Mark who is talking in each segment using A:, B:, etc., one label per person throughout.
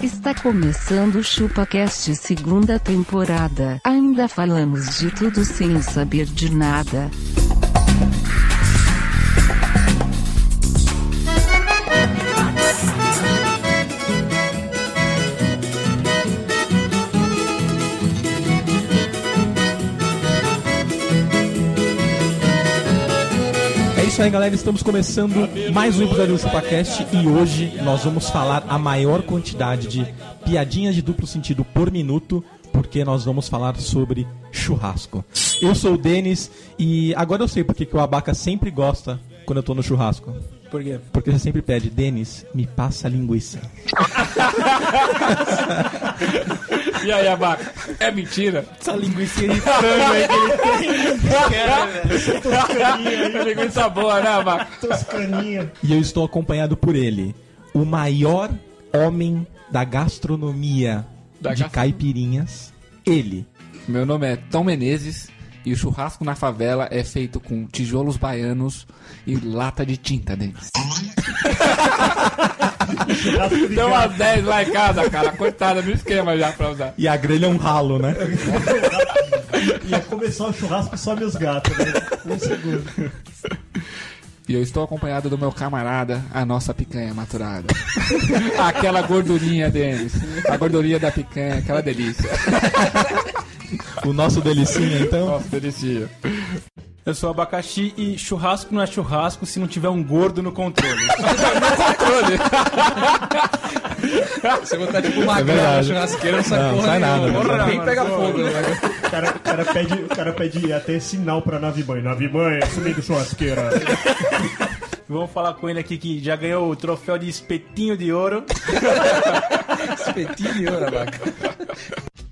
A: Está começando o ChupaCast segunda temporada. Ainda falamos de tudo sem saber de nada.
B: É isso aí, galera. Estamos começando mais um episódio do ChupaCast e hoje nós vamos falar a maior quantidade de piadinhas de duplo sentido por minuto, porque nós vamos falar sobre churrasco. Eu sou o Denis e agora eu sei porque que o Abaca sempre gosta quando eu tô no churrasco.
C: Por quê?
B: Porque você sempre pede, Denis, me passa a linguiça.
D: E aí, Abaca? É mentira?
C: Essa linguiça
D: É linguiça boa, né, Abaca?
C: toscaninha.
B: E eu estou acompanhado por ele, o maior homem da gastronomia
D: Da
B: de
D: gas-
B: caipirinhas, ele.
D: Meu nome é Tom Menezes e o churrasco na favela é feito com tijolos baianos e lata de tinta, Denis. Deu umas 10 lá em casa, cara. Coitada, me esquema já pra usar.
B: E a grelha é um ralo, né?
C: Ia começar o churrasco só meus gatos, né? Um segundo.
D: E eu estou acompanhado do meu camarada, a nossa picanha maturada. aquela gordurinha, Denis. A gordurinha da picanha, aquela delícia.
B: O nosso delicinha, então.
D: Nossa, delícia.
E: Eu sou abacaxi e churrasco não é churrasco se não tiver um gordo no controle.
F: Você vai estar tipo uma
B: É
F: é
B: verdade.
F: grana churrasqueira, não sai
B: Não,
F: porra
B: sai
F: nenhuma.
B: nada,
F: Porra,
E: cara.
F: Nem pega
E: Porra.
F: fogo. né?
C: O cara, o cara pede, o cara pede até sinal pra nave mãe. Nave mãe, sumindo churrasqueira.
E: Vamos falar com ele aqui que já ganhou o troféu de espetinho de ouro.
F: Espetinho de ouro, abaca.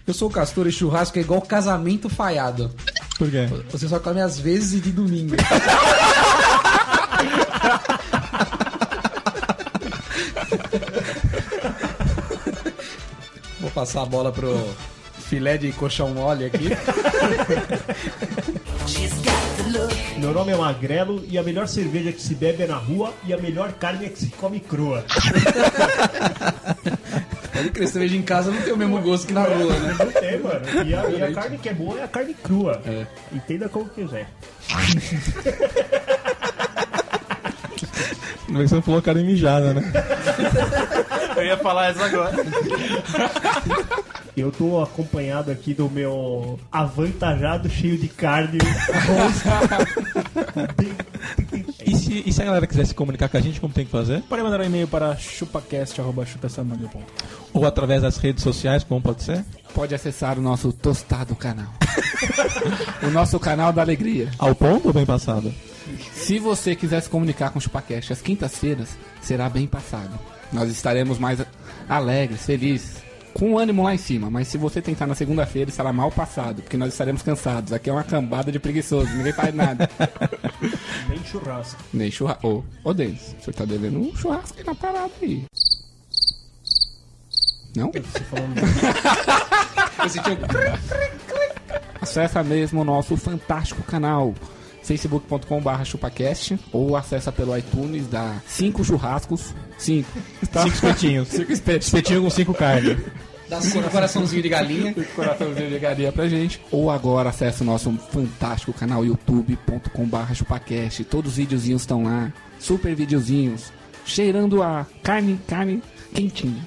F: Eu sou o Castor e churrasco é igual casamento falhado.
B: Por quê?
F: Você só come às vezes e de domingo. Vou passar a bola pro filé de colchão mole aqui.
C: Meu nome é Magrelo e a melhor cerveja que se bebe é na rua e a melhor carne é que se come crua.
F: Pode crer, cerveja em casa não tem o mesmo gosto que na rua, né?
C: Não tem, mano. E a, e a carne que é boa é a carne crua.
F: É.
C: Entenda como quiser.
B: Mas Você não falou cara mijada, né?
E: Eu ia falar essa agora.
C: Eu tô acompanhado aqui do meu avantajado cheio de carne.
B: E se, e se a galera quiser se comunicar com a gente, como tem que fazer?
E: Pode mandar um e-mail para chupacast.chupassamanga.com.
B: Ou através das redes sociais, como pode ser?
D: Pode acessar o nosso tostado canal. o nosso canal da alegria.
B: Ao ponto ou bem passado?
D: Se você quiser se comunicar com o ChupaCast às quintas-feiras, será bem passado. Nós estaremos mais alegres, felizes, com o ânimo lá em cima. Mas se você tentar na segunda-feira, será mal passado, porque nós estaremos cansados. Aqui é uma cambada de preguiçosos, ninguém faz nada.
C: Nem churrasco.
D: Nem churrasco. Ô, ô Denis, o senhor tá devendo um churrasco aí na parada aí. Não?
F: Eu senti um-
D: Acessa mesmo o nosso fantástico canal facebook.com.br chupacast ou acessa pelo iTunes, dá cinco churrascos, cinco, tá?
B: Cinco espetinhos.
D: cinco espetinhos,
B: Espetinho com cinco carnes.
F: Dá cinco coraçãozinho de galinha.
D: coraçãozinho de galinha pra gente. Ou agora acessa o nosso fantástico canal youtube.com.br chupacast, todos os videozinhos estão lá, super videozinhos, cheirando a carne, carne quentinha.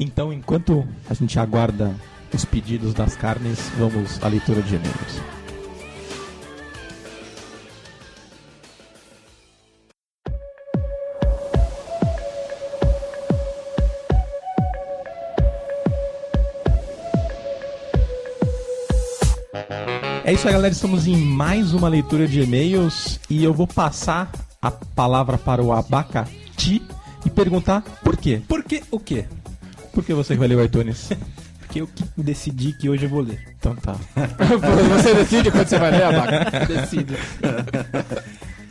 B: Então, enquanto a gente aguarda os pedidos das carnes, vamos à leitura de e-mails. É isso aí, galera. Estamos em mais uma leitura de e-mails e eu vou passar a palavra para o Abacati e perguntar por quê.
E: Por que o quê?
B: Por que você que vai ler o iTunes?
E: Porque eu que decidi que hoje eu vou ler.
B: Então tá.
D: você decide quando você vai ler, Abaca? Decide.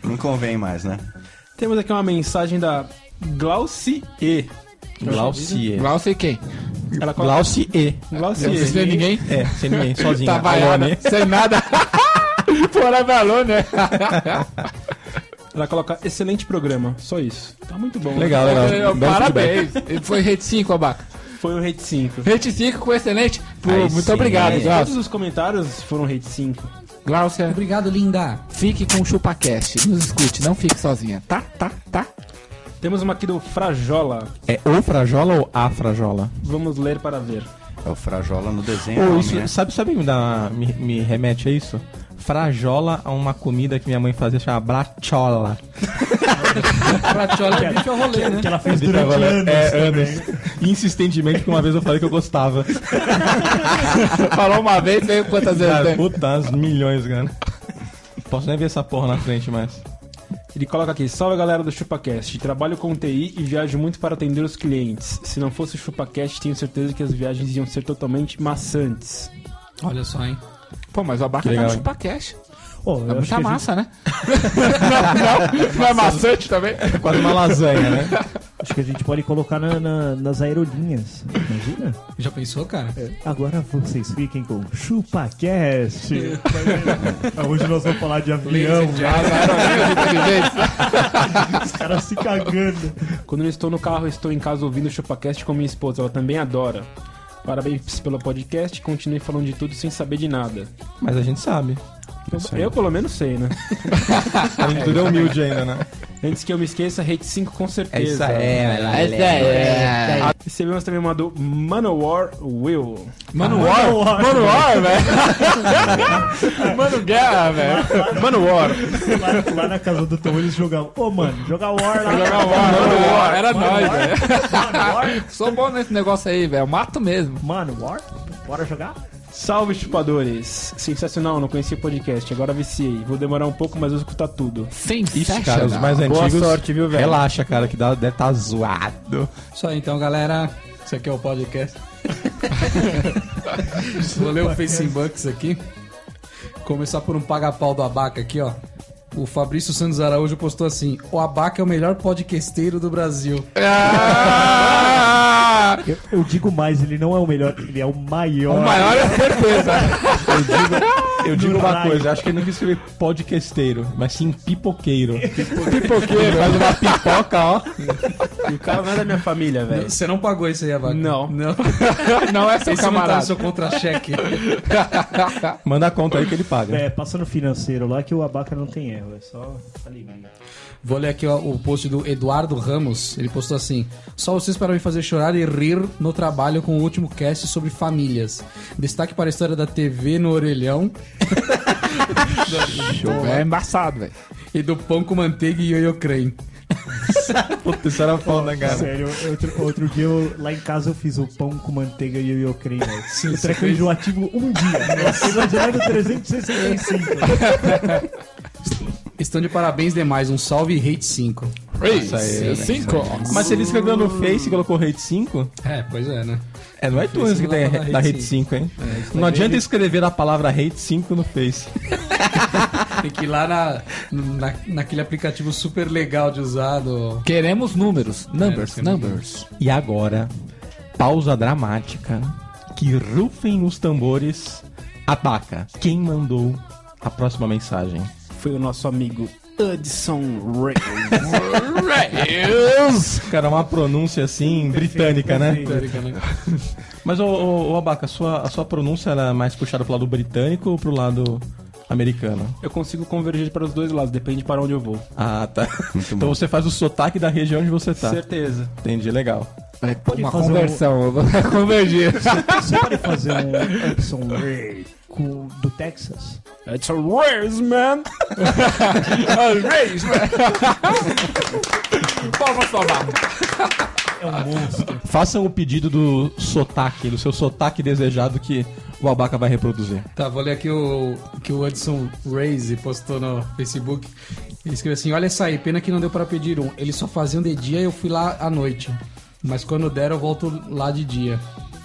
G: Não convém mais, né?
E: Temos aqui uma mensagem da Glauci E.
B: Glaucie.
D: Glaucio e quem?
E: Ela coloca...
B: Glaucie E.
E: Glauci
D: Não precisa de
E: E.
D: ninguém?
B: É, sem ninguém, sozinha.
D: Tá
B: Alone.
D: vaiada, sem nada. Fora valor, né?
E: Ela coloca excelente programa, só isso. Tá muito bom.
B: Legal, legal.
D: Eu-
B: Belo feedback.
D: Parabéns. Ele Foi rede 5, abaca.
E: Foi o Rate 5.
D: Rede 5 com excelente. Pô,
G: Aí
D: muito
G: sim,
D: obrigado,
G: hein?
E: Todos
D: Glaucia.
E: os comentários foram Rate 5.
D: Glaucia,
F: Obrigado, linda.
D: fique com o ChupaCast. Nos escute, não fique sozinha. Tá, tá, tá.
E: Temos uma aqui do Frajola.
B: É o Frajola ou a Frajola?
E: Vamos ler para ver.
G: É o Frajola no desenho.
B: Pô,
G: homem,
B: isso,
G: né?
B: sabe, sabe me, dá, me, me remete a isso? Frajola a uma comida que minha mãe fazia chamada brachola.
F: Pratiola é bicho ao rolê, né?
C: Que ela fez durante anos.
B: é, anos. Insistentemente, porque uma vez eu falei que eu gostava.
D: Falou uma vez, veio quantas vezes?
B: Cara,
D: né?
B: puta, as milhões, cara. Posso nem ver essa porra na frente, mas.
E: Ele coloca aqui: Salve galera do ChupaCast. Trabalho com TI e viajo muito para atender os clientes. Se não fosse o ChupaCast, tenho certeza que as viagens iam ser totalmente maçantes.
F: Olha só, hein?
D: Pô, mas o abaca tá
B: Legal,
D: no
B: hein?
D: ChupaCast.
C: Ó,
D: É
C: eu acho que
D: muita
C: a gente-
D: massa, né? não, não, não é maçante também?
B: É quase uma lasanha, né?
C: Acho que a gente pode colocar na- na- nas aerolinhas. Imagina?
F: Já pensou, cara?
C: É. Agora vocês fiquem com ChupaCast. Hoje nós vamos falar de avião. né? Os caras se cagando.
E: Quando eu estou no carro, eu estou em casa ouvindo o ChupaCast com minha esposa. Ela também adora. Parabéns pelo podcast. Continue falando de tudo sem saber de nada.
B: Mas a gente sabe.
E: Eu, eu, pelo menos, sei, né?
B: A gente tudo é humilde ainda, né?
E: Antes que eu me esqueça, Rate 5 com
B: É
E: certeza.
D: Essa é.
E: Ah, Recebemos também uma do Manowar Will.
D: Mano War? Mano War, velho. Mano Guerra, É, velho. Mano War.
C: Lá, lá na casa do Tom eles jogavam. Ô, mano, joga War lá.
D: Mano War, era nóis, velho.
C: Mano, War?
D: Sou bom nesse negócio aí, velho. É um Mato mesmo.
C: Mano, War? Bora jogar?
E: Salve, chupadores! Sensacional, não conhecia o podcast, agora viciei. Vou demorar um pouco, mas vou escutar tudo.
D: Sem
B: Isso, cara, os mais
E: Boa
B: antigos.
E: sorte, viu, velho?
B: Relaxa, cara, que dá, deve tá zoado.
F: Isso aí, então, galera. Isso aqui é o podcast. Vou ler o Facebooks aqui. Começar por um paga-pau do Abaca aqui, ó. O Fabrício Santos Araújo postou assim: O Abaca é o melhor podcasteiro do Brasil.
D: É. Ah!
C: Eu, eu digo mais, ele não é o melhor, ele é o maior.
D: O maior é a certeza.
B: Eu digo
C: No
B: uma
C: like.
B: coisa, eu acho que ele não quis escrever podcasteiro, mas sim pipoqueiro.
D: Pipoqueiro.
B: Faz uma pipoca, ó.
E: E o cara não é da minha família, velho.
F: Você não pagou isso aí, Abaca?
E: Não.
F: Não.
D: Não é seu
F: Esse não tá no
D: camarada.
F: seu contra-cheque.
B: Manda a conta aí que ele paga.
C: É, passa no financeiro lá que o abaca não tem erro, é só alegria.
F: Vou ler aqui ó, o post do Eduardo Ramos. Ele postou assim: Só vocês para me fazer chorar e rir no trabalho com o último cast sobre famílias. Destaque para a história da TV no orelhão
D: É embaçado, velho.
F: e do pão com manteiga e ioiô creme.
B: Puta, isso era foda, cara.
C: Sério, outro, outro dia eu- lá em casa eu fiz o pão com manteiga e eu, eu creio.
F: Sim,
C: o
F: você
C: treco
F: fez.
C: enjoativo um dia. Você imaginava 365.
F: Estão de parabéns demais. Um salve e hate 5.
D: Isso
B: aí,
D: Cinco.
B: Mas se ele escreveu no Face e colocou Rate 5,
F: É, pois é, né?
B: é no iTunes que
F: não
B: tem
F: dá pra
B: re-
F: dar
B: da
F: Rate
B: Rate 5, hein? Não adianta escrever a palavra Rate 5 no Face.
F: Tem que ir lá na, na, naquele aplicativo super legal de usado.
D: Queremos números. Numbers,
F: queremos
D: numbers.
B: E agora, pausa dramática. Que rufem os tambores. Abaca, quem mandou a próxima mensagem?
E: Foi o nosso amigo Hudson Reis.
B: Deus! Cara, uma pronúncia assim, britânica, né? Mas, ô, ô, ô, Abaca, a sua, a sua pronúncia era mais puxada pro lado britânico ou pro lado americano?
E: eu consigo convergir para os dois lados, depende para onde eu vou.
B: Ah, tá.
G: Muito
B: Então
G: bom.
B: você faz o sotaque da região onde você tá.
E: Certeza.
B: Entendi, legal.
D: É
C: Pode
D: uma
C: fazer
D: conversão. Eu vou convergir.
C: Você pode fazer um Hudson Ray com- do Texas?
E: It's a Reis, man!
D: Palmas pra Abaca.
C: É um monstro.
B: Façam o pedido do sotaque, do seu sotaque desejado que o Abaca vai reproduzir.
F: Tá, vou ler aqui o que o Edson Raise postou no Facebook. Ele escreveu assim: Olha essa aí, pena que não deu pra pedir um. Eles só faziam de dia e eu fui lá à noite. Mas quando der, eu volto lá de dia.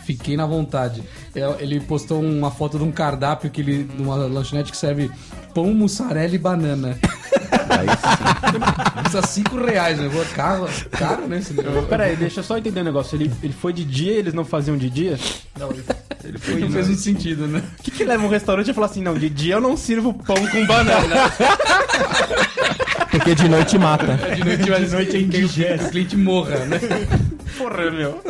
F: Fiquei na vontade. É, Ele postou uma foto de um cardápio que ele, de uma lanchonete que serve pão, mussarela e banana. Custa 5 reais, né? Vou- Caro, caro, né? esse negócio?
E: Pera aí, deixa eu só entender o negócio. Ele, ele foi de dia e eles não faziam de dia? O
F: Não fez muito sentido, né?
E: que, que leva um restaurante a falar assim, não, de dia eu não sirvo pão com banana?
B: Porque de noite mata.
F: De noite, mas
C: De noite é indigesta.
F: O cliente morra, né?
H: Porra, meu.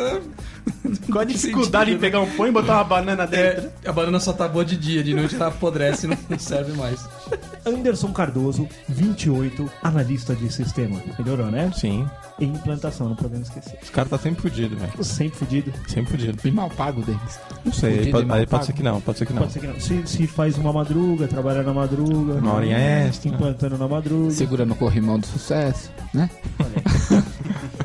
H: Qual a dificuldade
E: né?
H: em pegar um pão e botar uma banana dentro?
F: É, a banana só tá boa de dia, de noite ela apodrece e não não serve mais.
C: Anderson Cardoso, 28, analista de sistema. Melhorou, né?
B: Sim.
C: E implantação, não podemos esquecer. Tipo,
B: Esse cara tá sempre fudido, velho.
C: Sempre fudido.
B: Sempre fudido.
D: Bem mal pago deles.
B: Não sei, aí
D: Fudido e
B: pode,
D: mal
B: aí pode
D: pago.
B: ser que não, pode ser que não.
C: Pode ser que não. Se, se faz uma madruga, trabalha na madruga.
B: Uma horinha extra.
C: Implantando na madruga.
D: Segurando o corrimão do sucesso, né?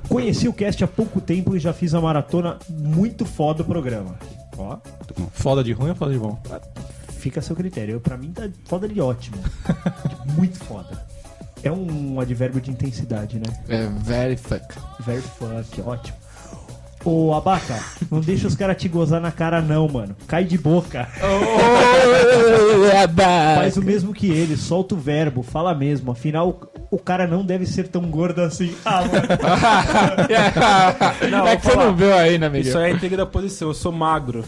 C: Conheci o cast há pouco tempo e já fiz a maratona muito foda do programa. Ó,
B: Foda de ruim ou foda de bom?
C: fica a seu critério. Eu, pra mim tá foda de ótimo. muito foda. É um advérbio de intensidade, né?
D: É very fuck.
C: Very fuck, ótimo. Ô, Abaca, não deixa os caras te gozar na cara, não, mano. Cai de boca.
B: É,
C: Faz o mesmo que ele, solta o verbo, fala mesmo. Afinal, o cara não deve ser tão gordo assim. Ah, mano.
E: Não,
D: é
E: vou
D: que você
E: falar.
D: não viu ainda, amigo.
E: Isso aí é a intriga da posição, eu sou magro.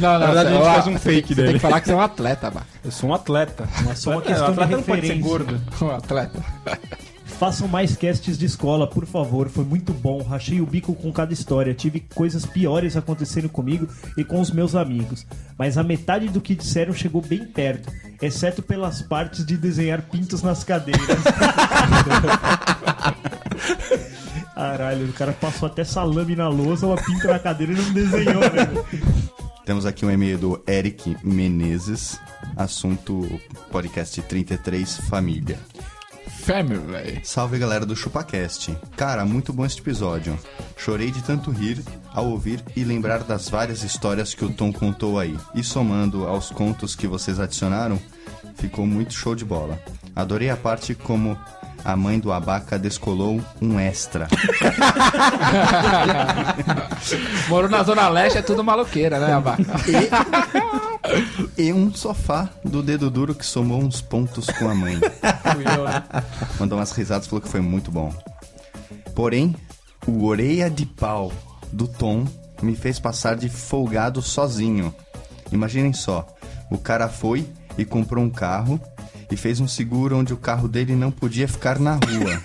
D: Não, não,
B: Na verdade, a
D: você-
B: gente
D: ó,
B: faz um
D: você tem-
B: fake
D: você
B: dele.
D: Tem que falar que você é um atleta, Bá.
E: Eu sou um atleta.
C: É só uma
E: o
C: questão de
E: atleta não pode ser
C: referência.
E: gordo.
D: Um atleta.
C: Façam mais casts de escola, por favor. Foi muito bom. Rachei o bico com cada história. Tive coisas piores acontecendo comigo e com os meus amigos. Mas a metade do que disseram chegou bem perto, exceto pelas partes de desenhar pintos nas cadeiras. Caralho, o cara passou até salame na lousa, uma pinta na cadeira e não desenhou, velho.
G: Temos aqui um e-mail do Eric Menezes, assunto podcast 33 Família.
D: Family.
G: Salve galera do ChupaCast. Cara, muito bom este episódio. Chorei de tanto rir ao ouvir e lembrar das várias histórias que o Tom contou aí. E somando aos contos que vocês adicionaram, ficou muito show de bola. Adorei a parte como a mãe do Abaca descolou um extra.
D: Morou na Zona Leste, é tudo maluqueira, né, Bá?
G: e um sofá do dedo duro que somou uns pontos com a mãe. Mandou umas risadas, falou que foi muito bom. Porém, o orelha de pau do Tom me fez passar de folgado sozinho. Imaginem só, o cara foi e comprou um carro e fez um seguro onde o carro dele não podia ficar na rua.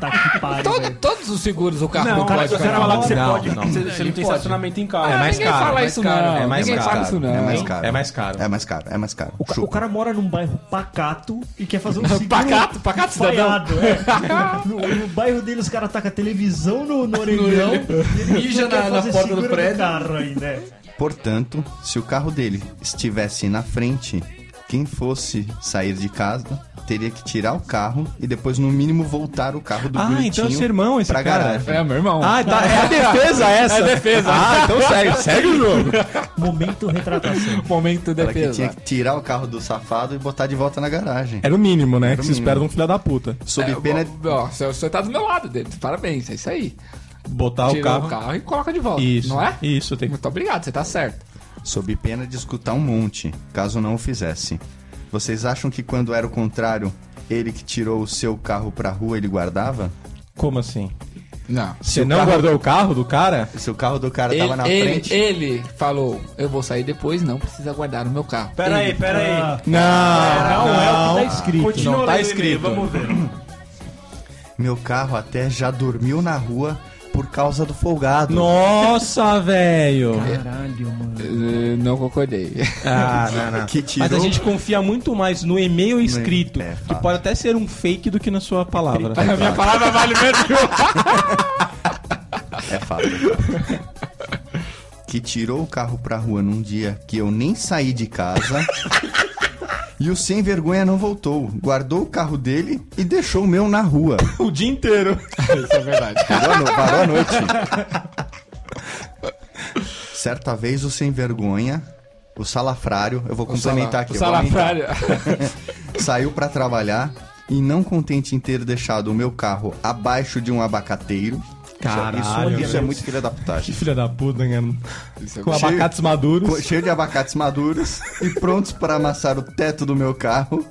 C: Tá que pariu, velho.
D: Todo- todos os seguros o carro
E: Ah, Não,
D: não,
E: cara,
D: pode
E: se você
D: ficar.
E: falar que você
B: Não,
E: pode,
B: não.
E: você, você não tem estacionamento em casa.
D: Ah,
B: é mais
D: ninguém
B: caro,
D: fala
B: mais
D: isso
B: caro,
D: não.
B: é mais
D: ninguém
B: caro,
D: fala isso não.
G: É mais caro.
B: É mais caro.
G: É mais caro, é mais caro.
C: O, ca- o
G: Chupa.
C: cara mora num bairro pacato e quer fazer um seguro
D: Pacato, pacato cidadão.
C: falhado, é. no, no bairro dele os caras tacam televisão no, no orelhão e ele
F: Mija
C: não quer
F: na- na
C: fazer
F: porta do
C: seguro
F: prédio.
C: carro ainda. é.
G: Portanto, se o carro dele estivesse na frente, quem fosse sair de casa teria que tirar o carro e depois, no mínimo, voltar o carro do
B: Ah,
G: bonitinho
B: então é seu irmão esse
G: pra
B: cara.
G: garagem.
D: É, meu irmão.
B: tá, é a defesa essa. É a defesa. Ah, então segue, segue o jogo.
C: Momento retratação.
D: momento
G: Ela que tinha
D: defesa.
G: que tirar o carro do safado e botar de volta na garagem.
B: Era o mínimo, né? que
G: o
B: se
G: mínimo.
B: espera de um filho da puta.
G: Sob
D: É,
G: pena
D: bom, Ó, você, você tá do meu lado, Dedo. Parabéns, é isso aí.
B: Botar o
D: Tira
B: carro.
D: o carro e coloca de volta.
B: Isso.
D: Não é?
B: Isso, tem que.
D: Muito obrigado, você tá certo.
G: sob pena de escutar um monte, caso não o fizesse. Vocês acham que quando era o contrário, ele que tirou o seu carro pra rua, ele guardava?
B: Como assim?
D: Não.
B: Você não guardou o carro do cara?
G: Se o carro do cara
D: Ele,
G: tava na
D: ele-
G: frente...
D: ele falou, eu vou sair depois, não precisa guardar o meu carro.
E: Pera aí,
D: Ele-
E: pera aí.
B: Não, Ah. não,
C: Não é o que tá escrito.
E: Continua
B: não tá
E: lendo o e-mail,
B: escrito.
E: Vamos ver.
G: Meu carro até já dormiu na rua por causa do folgado.
B: Nossa, velho.
C: Caralho, mano.
D: Eh, Não concordei.
B: Ah, não, não.
G: Que tirou...
B: Mas a gente confia muito mais no e-mail escrito,
G: É,
B: que
G: fato.
B: pode até ser um fake, do que na sua palavra.
D: A minha palavra vale menos que o
G: É fato. que tirou o carro pra rua num dia que eu nem saí de casa. e o sem vergonha não voltou. Guardou o carro dele e deixou o meu na rua.
B: o dia inteiro.
D: Isso é verdade.
G: Parou, a no- parou a noite. Certa vez o sem vergonha, o salafrário, eu vou complementar aqui.
D: O
G: eu vou aumentar.
D: salafrário.
G: saiu pra trabalhar e não contente em ter deixado o meu carro abaixo de um abacateiro.
B: Caralho,
G: isso, isso é
B: velho.
G: muito filha da
B: Que
G: putagem.
B: filha da puta, né?
D: Isso é
B: Com
G: Cheio-
B: abacates maduros.
G: Co- Cheio de abacates maduros e prontos para amassar o teto do meu carro.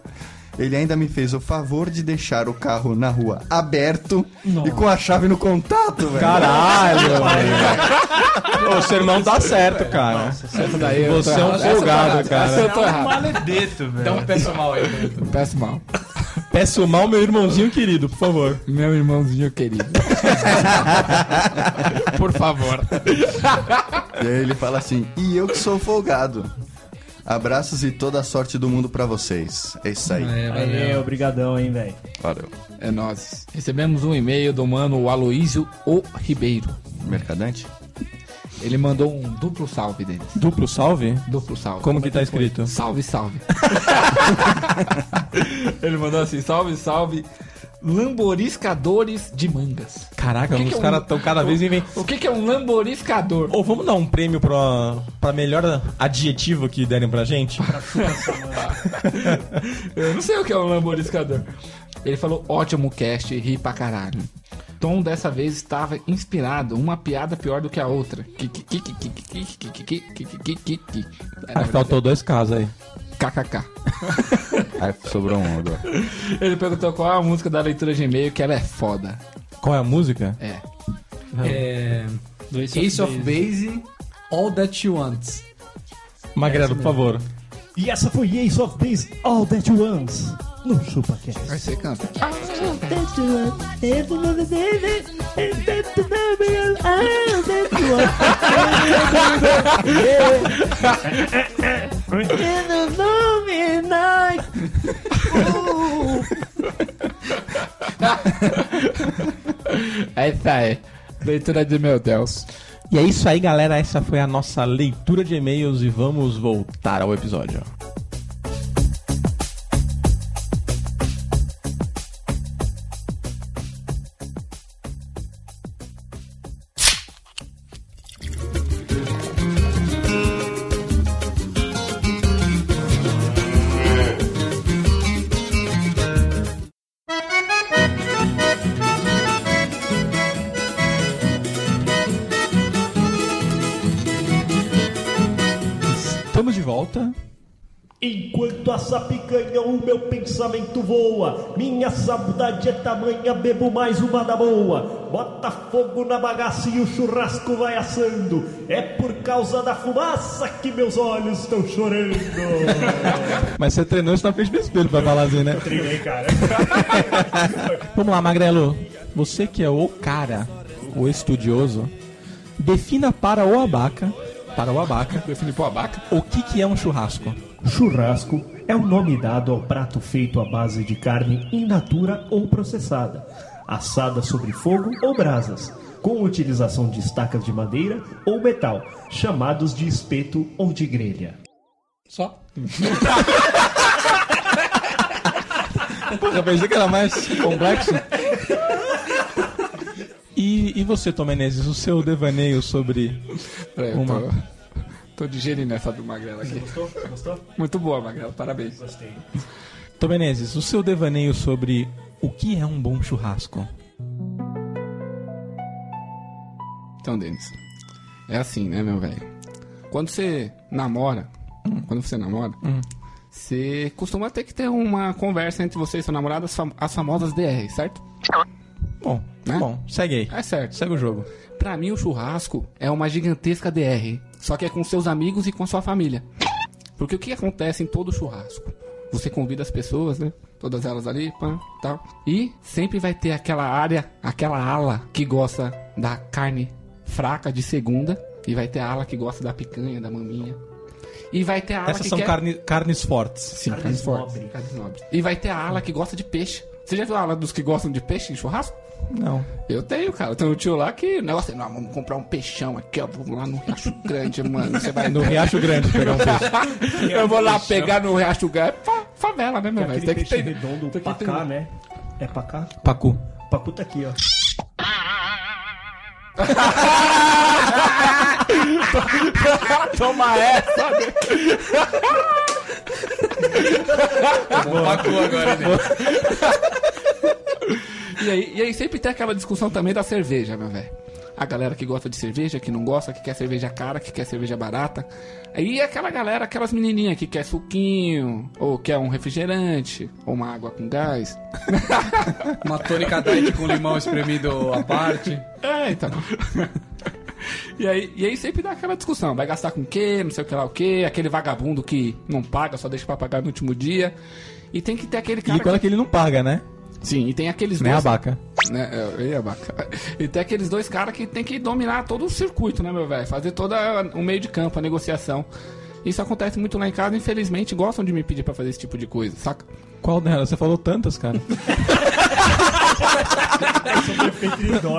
G: Ele ainda me fez o favor de deixar o carro na rua aberto e com a chave no contato, velho.
B: Caralho, velho. Ô, seu irmão tá certo, cara.
D: Essa daí eu
B: Você
D: tô
B: é um
D: errado. Essa eu tô
B: folgado,
D: errado.
B: cara.
D: Essa eu tô errado.
H: Maledeto, velho.
F: Então peça mal aí, Beto.
D: Peço mal.
B: Peço mal meu irmãozinho querido, por favor.
D: Meu irmãozinho querido. Por favor.
G: E aí ele fala assim: E eu que sou folgado. Abraços e toda a sorte do mundo pra vocês. É isso aí.
F: É,
C: Valeu, obrigadão, hein, velho.
G: Valeu.
D: É nós. Recebemos um e-mail do mano Aloísio O Ribeiro.
G: Mercadante?
D: Ele mandou um duplo salve dele.
B: Duplo salve?
D: Duplo salve.
B: Como que tá
D: foi?
B: escrito?
D: Salve, salve. Ele mandou assim: salve, salve. Lamboriscadores de mangas.
B: Caraca,
D: O que
B: os
D: que é um-
B: caras tão cada vez inven...
D: O que, que é um lamboriscador?
B: Ou vamos dar um prêmio pra, pra melhor adjetivo que derem pra gente?
D: Eu não sei o que é um lamboriscador. Ele falou, ótimo cast, ri pra caralho. Tom dessa vez estava inspirado, uma piada pior do que a outra. Kikikikikikikikikikikikikikikiki.
B: Ah, faltou dois casos aí.
D: KKK.
G: Ah, sobrou um agora.
D: Ele perguntou qual é a música da leitura de e-mail, que ela é foda.
B: Qual é a música?
D: É.
F: é, Ace of Base, All That You Want.
D: É,
B: Magrelo, por favor.
C: E essa foi Ace of Base All That You Want no
D: Aí
C: ChupaCast.
D: você canta. É isso aí. Leitura de meu Deus.
B: E é isso aí, galera. Essa foi a nossa leitura de e-mails e vamos voltar ao episódio. Estamos de volta.
C: Enquanto essa picanha, o meu pensamento voa. Minha saudade é tamanha, bebo mais uma da boa. Bota fogo na bagaça e o churrasco vai assando. É por causa da fumaça que meus olhos estão chorando.
B: Mas você treinou isso na frente do espelho pra falar assim, né?
C: Trilhei, cara.
B: Vamos lá, Magrelo. Você que é o cara, o estudioso, defina para o abaca, para o abaca,
D: Define pro abaca.
B: o que, que é um churrasco.
C: Churrasco é o nome dado ao prato feito à base de carne in natura ou processada, assada sobre fogo ou brasas, com utilização de estacas de madeira ou metal, chamados de espeto ou de grelha.
D: Só.
B: Porra, pensei que era mais complexo. E, e você, Tom Menezes, o seu devaneio sobre.
D: Peraí, eu
B: Uma.
D: tô, tô digerindo essa do Magrela aqui.
C: Gostou? Gostou?
D: Muito boa, Magrela. Parabéns.
C: Gostei.
B: Tom Menezes, o seu devaneio sobre o que é um bom churrasco?
D: Então, Denis, é assim, né, meu velho? Quando você namora, quando você namora, você costuma ter que ter uma conversa entre você e seu namorado, as, fam- as famosas DR, certo?
B: Bom,
D: Né?
B: bom, segue aí.
D: É certo.
B: Segue o jogo.
D: Pra mim, o churrasco é uma gigantesca DR, só que é com seus amigos e com a sua família. Porque o que acontece em todo churrasco? Você convida as pessoas, né? Todas elas ali, pá, tal. E sempre vai ter aquela área, aquela ala que gosta da carne fraca de segunda. E vai ter a ala que gosta da picanha, da maminha. E vai ter a ala
B: Essas
D: que é.
B: são
D: quer...
B: carne- carnes fortes.
D: Sim, carnes fortes,
C: nobre.
D: carnes nobres. E vai ter a ala que gosta de peixe. Você já viu a ala dos que gostam de peixe em churrasco?
B: Não.
D: Eu tenho, cara. Tem um tio lá que. Negócio, não, vamos comprar um peixão aqui, ó. Vamos lá no Riacho Grande, mano. Você vai
B: No Riacho Grande pegar um peixe.
D: Eu vou lá pegar no Riacho Grande. É Fa- favela, né, meu velho?
C: Aquele
D: Tem que
C: peixe
D: ter.
C: redondo,
D: tem que ter- um-
C: pacá, né? É pacá?
B: Pacu.
C: Pacu tá aqui, ó.
D: Toma essa! E aí, e aí sempre tem aquela discussão também da cerveja, meu velho. A galera que gosta de cerveja, que não gosta, que quer cerveja cara, que quer cerveja barata. Aí aquela galera, aquelas menininhas que quer suquinho, ou quer um refrigerante, ou uma água com gás.
F: Uma tônica diet com limão espremido à parte.
D: É, então. E aí, e aí sempre dá aquela discussão, vai gastar com o quê, não sei o que lá o quê, aquele vagabundo que não paga, só deixa pra pagar no último dia. E tem que ter aquele cara
B: E quando é que ele não paga, né?
D: Sim, e tem aqueles
B: Né,
D: dois...
B: abaca?
D: Né, é, e, a vaca? e tem aqueles dois caras que tem que dominar todo o circuito, né, meu velho? Fazer todo o meio de campo, a negociação. Isso acontece muito lá em casa, infelizmente gostam de me pedir pra fazer esse tipo de coisa, saca?
B: Qual delas? Você falou tantas, cara.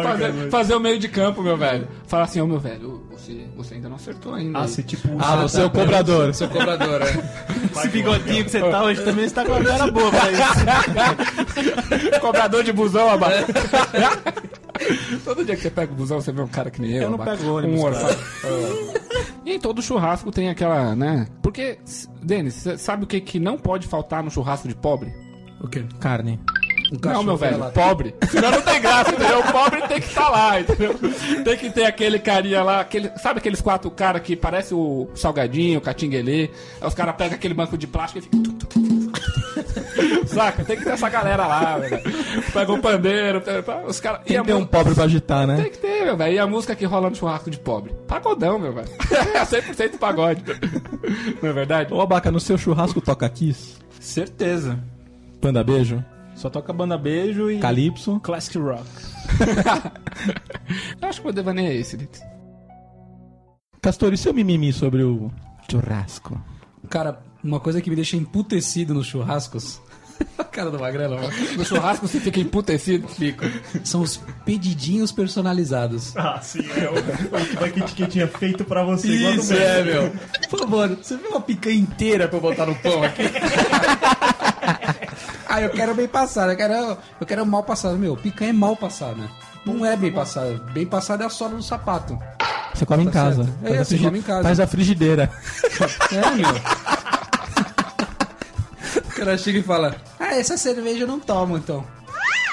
D: Fazer, fazer o meio de campo, meu velho. Falar assim, ô meu velho, você, você ainda não acertou ainda.
C: Ah, você tipo.
B: Ah, você é o cobrador.
F: Sou cobrador, é.
H: Esse bigodinho que você tá hoje também está com a cara boa pra isso.
D: Cobrador de busão, abaixo. Todo dia que você pega o busão, você vê um cara que nem eu.
E: Eu não
D: abaca.
E: pego ônibus,
D: Um
E: cara.
D: orfa- Ah. E em todo churrasco tem aquela, né? Porque, s- Denis, cê sabe o que, que não pode faltar no churrasco de pobre?
F: O quê?
B: Carne.
D: Não, meu velho,
F: lá.
D: pobre. Senão não tem graça, entendeu? O pobre tem que estar lá, entendeu? Tem que ter aquele carinha lá, aquele, sabe aqueles quatro caras que parece o Salgadinho, o Catinguelê? Aí os caras pegam aquele banco de plástico e fica... tu, tu, tu, tu. Saca? Tem que ter essa galera lá, velho. Pega um pandeiro, pega- os caras... e
B: Tem
D: a
B: que ter
D: mu-
B: um pobre pra agitar, né?
D: Tem que ter, meu velho. E a música que rola no churrasco de pobre? Pagodão, meu velho. É 100% pagode. Não é verdade?
B: Ô, abaca, no seu churrasco toca Kiss?
E: Certeza.
B: Panda beijo?
E: Só toca banda beijo e.
B: Calypso?
E: Classic Rock.
D: Eu acho que o meu devaneio é esse, Dito.
B: Castor, e seu mimimi sobre o churrasco?
F: Cara, uma coisa que me deixa emputecido nos churrascos. A cara do magrelo, mano.
D: No churrasco você fica emputecido? Fico.
F: São os pedidinhos personalizados.
C: Ah, sim, é o, o banquete que tinha feito pra você. igual no
F: Isso,
C: meu.
F: é, meu. Por favor, você viu uma picanha inteira pra eu botar no pão aqui? ah, eu quero bem passada, eu quero, eu quero mal passada. Meu, picanha é mal passada. Não é bem passada. Bem passada é a sola do sapato.
B: Você come em
F: Tá
B: casa.
F: certo. É,
B: Faz a
F: você
B: frigi-
F: come em casa.
B: Faz a frigideira.
F: É, meu. O cara chega e fala: Ah, essa cerveja eu não tomo então.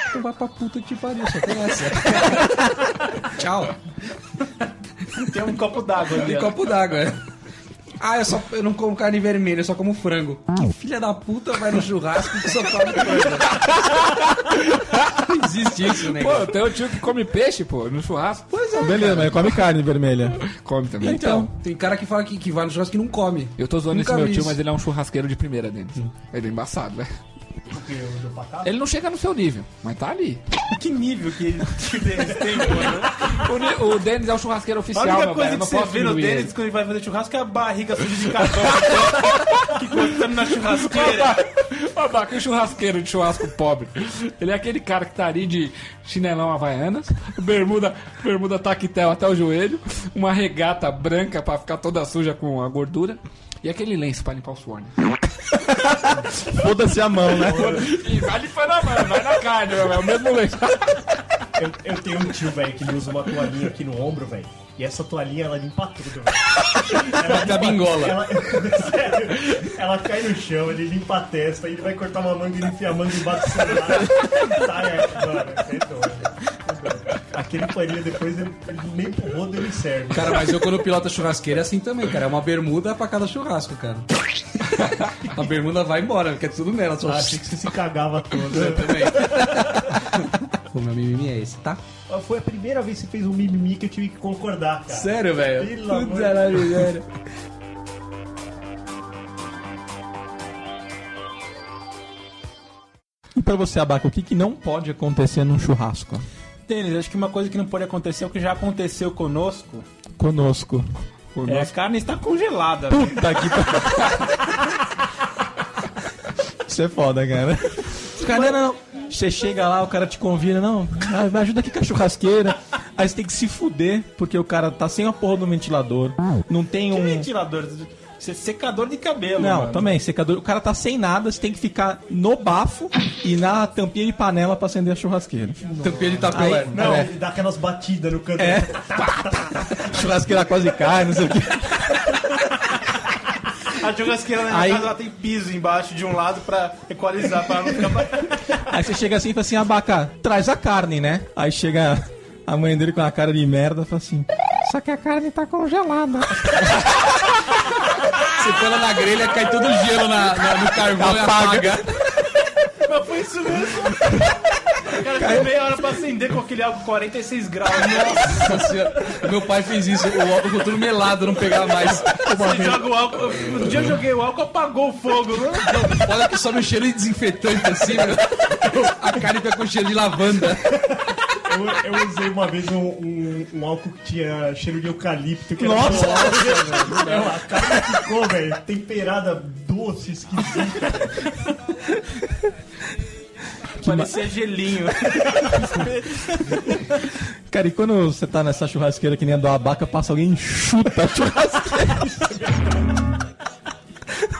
F: Então vai pra puta que te pariu, só tem essa. Tchau.
H: Tem um copo d'água ali.
F: Tem copo d'água, é. Ah, eu, só, eu não como carne vermelha, eu só como frango. Que filha da puta vai no churrasco que só come frango? Não existe isso, né?
D: Pô, eu tenho um tio que come peixe, pô, no churrasco. Pois é.
B: Beleza, mas come carne vermelha.
D: Come também.
F: Então, tem cara que fala que, que vai no churrasco e não come.
D: Eu tô zoando
F: Nunca
D: esse meu
F: vi
D: tio,
F: isso. Hum.
D: mas ele é um churrasqueiro de primeira, Denis. Ele é embaçado, né? Ele não chega no seu nível, mas tá ali.
H: Que nível que ele que o Denis tem, mano.
D: O, ni- o Denis é um churrasqueiro
H: né? A
D: oficial,
H: única
D: meu velho.
H: coisa
D: eu
H: que
D: Não
H: você
D: posso
H: vê no
D: diminuir
H: Denis
D: ele.
H: quando ele vai fazer churrasco é a barriga suja de cartão. que cortando na churrasqueira.
D: Babaca, e o um churrasqueiro de churrasco pobre. Ele é aquele cara que tá ali de chinelão havaianas, bermuda, bermuda taquetel até o joelho, uma regata branca pra ficar toda suja com a gordura e aquele lenço pra limpar o suor, né?
B: Foda-se a mão, né?
D: E vai limpando a mão, vai na carne, meu velho, o mesmo lenço.
C: Eu, eu tenho um tio, velho, que ele usa uma toalhinha aqui no ombro, velho. E essa toalhinha, ela limpa tudo, velho. Ela
F: Da bingola.
C: Ela, sério, ela cai no chão, ele limpa a testa, aí ele vai cortar uma manga, ele enfia a manga embaixo do celular. Sai aqui, mano. é doido, é doido. Aquele paninho depois, ele, ele nem pro rodo ele serve. Ah,
F: Cara, mas eu quando piloto churrasqueira é assim também, cara. É uma bermuda pra cada churrasco, cara. A bermuda vai embora, porque é tudo nela. Só...
C: Ah, achei que você se cagava todo. né?
F: também. o meu mimimi é esse, tá?
C: Foi a primeira vez que você fez um mimimi que eu tive que concordar, cara.
F: Sério, velho?
C: Pelo amor de
F: Puta na miséria.
B: E pra você, abaca, o que, que não pode acontecer num churrasco?
E: Tênis, acho que uma coisa que não pode acontecer é o que já aconteceu conosco.
B: Conosco.
E: É, a carne está congelada.
B: Puta que pariu. Isso é foda, cara. Cara, não, não. Você chega lá, o cara te convida, não, ah, me ajuda aqui com a churrasqueira. Aí você tem que se fuder, porque o cara tá sem a porra do ventilador. Não tem
E: Que
B: um.
E: ventilador? Isso é secador de cabelo,
B: Não,
E: mano.
B: também, secador. O cara tá sem nada, você tem que ficar no bafo e na tampinha de panela pra acender a churrasqueira.
F: Tampinha de tapioca.
C: Não,
B: É.
C: ele dá aquelas batidas no canto.
B: É. churrasqueira quase cai, não sei o quê.
H: A churrasqueira na minha
B: Aí-
H: casa ela tem piso embaixo de um lado pra equalizar, pra não ficar.
B: Aí você chega assim e fala assim, abaca, traz a carne, né? Aí chega a mãe dele com a cara de merda e fala assim, só que a carne tá congelada.
F: Você põe ela na grelha, cai todo o gelo na, na- no carvão e apaga.
H: Mas foi isso mesmo. Cara, Aí meia hora pra acender com aquele álcool 46 graus.
F: Nossa senhora. Meu pai fez isso, o álcool ficou tudo melado, não pegava mais.
H: Você joga o álcool. No dia eu joguei o álcool, apagou o fogo.
F: Olha que sobe o cheiro de desinfetante assim, meu. A cara fica com cheiro de lavanda.
C: Eu, eu usei uma vez um, um, um álcool que tinha cheiro de eucalipto. Que
B: Nossa!
C: Era É doce, velho. Não, a cara ficou, velho, temperada, doce, esquisita.
H: Parecia gelinho.
B: Cara, e quando você tá nessa churrasqueira que nem a do abaca, passa alguém e chuta a churrasqueira.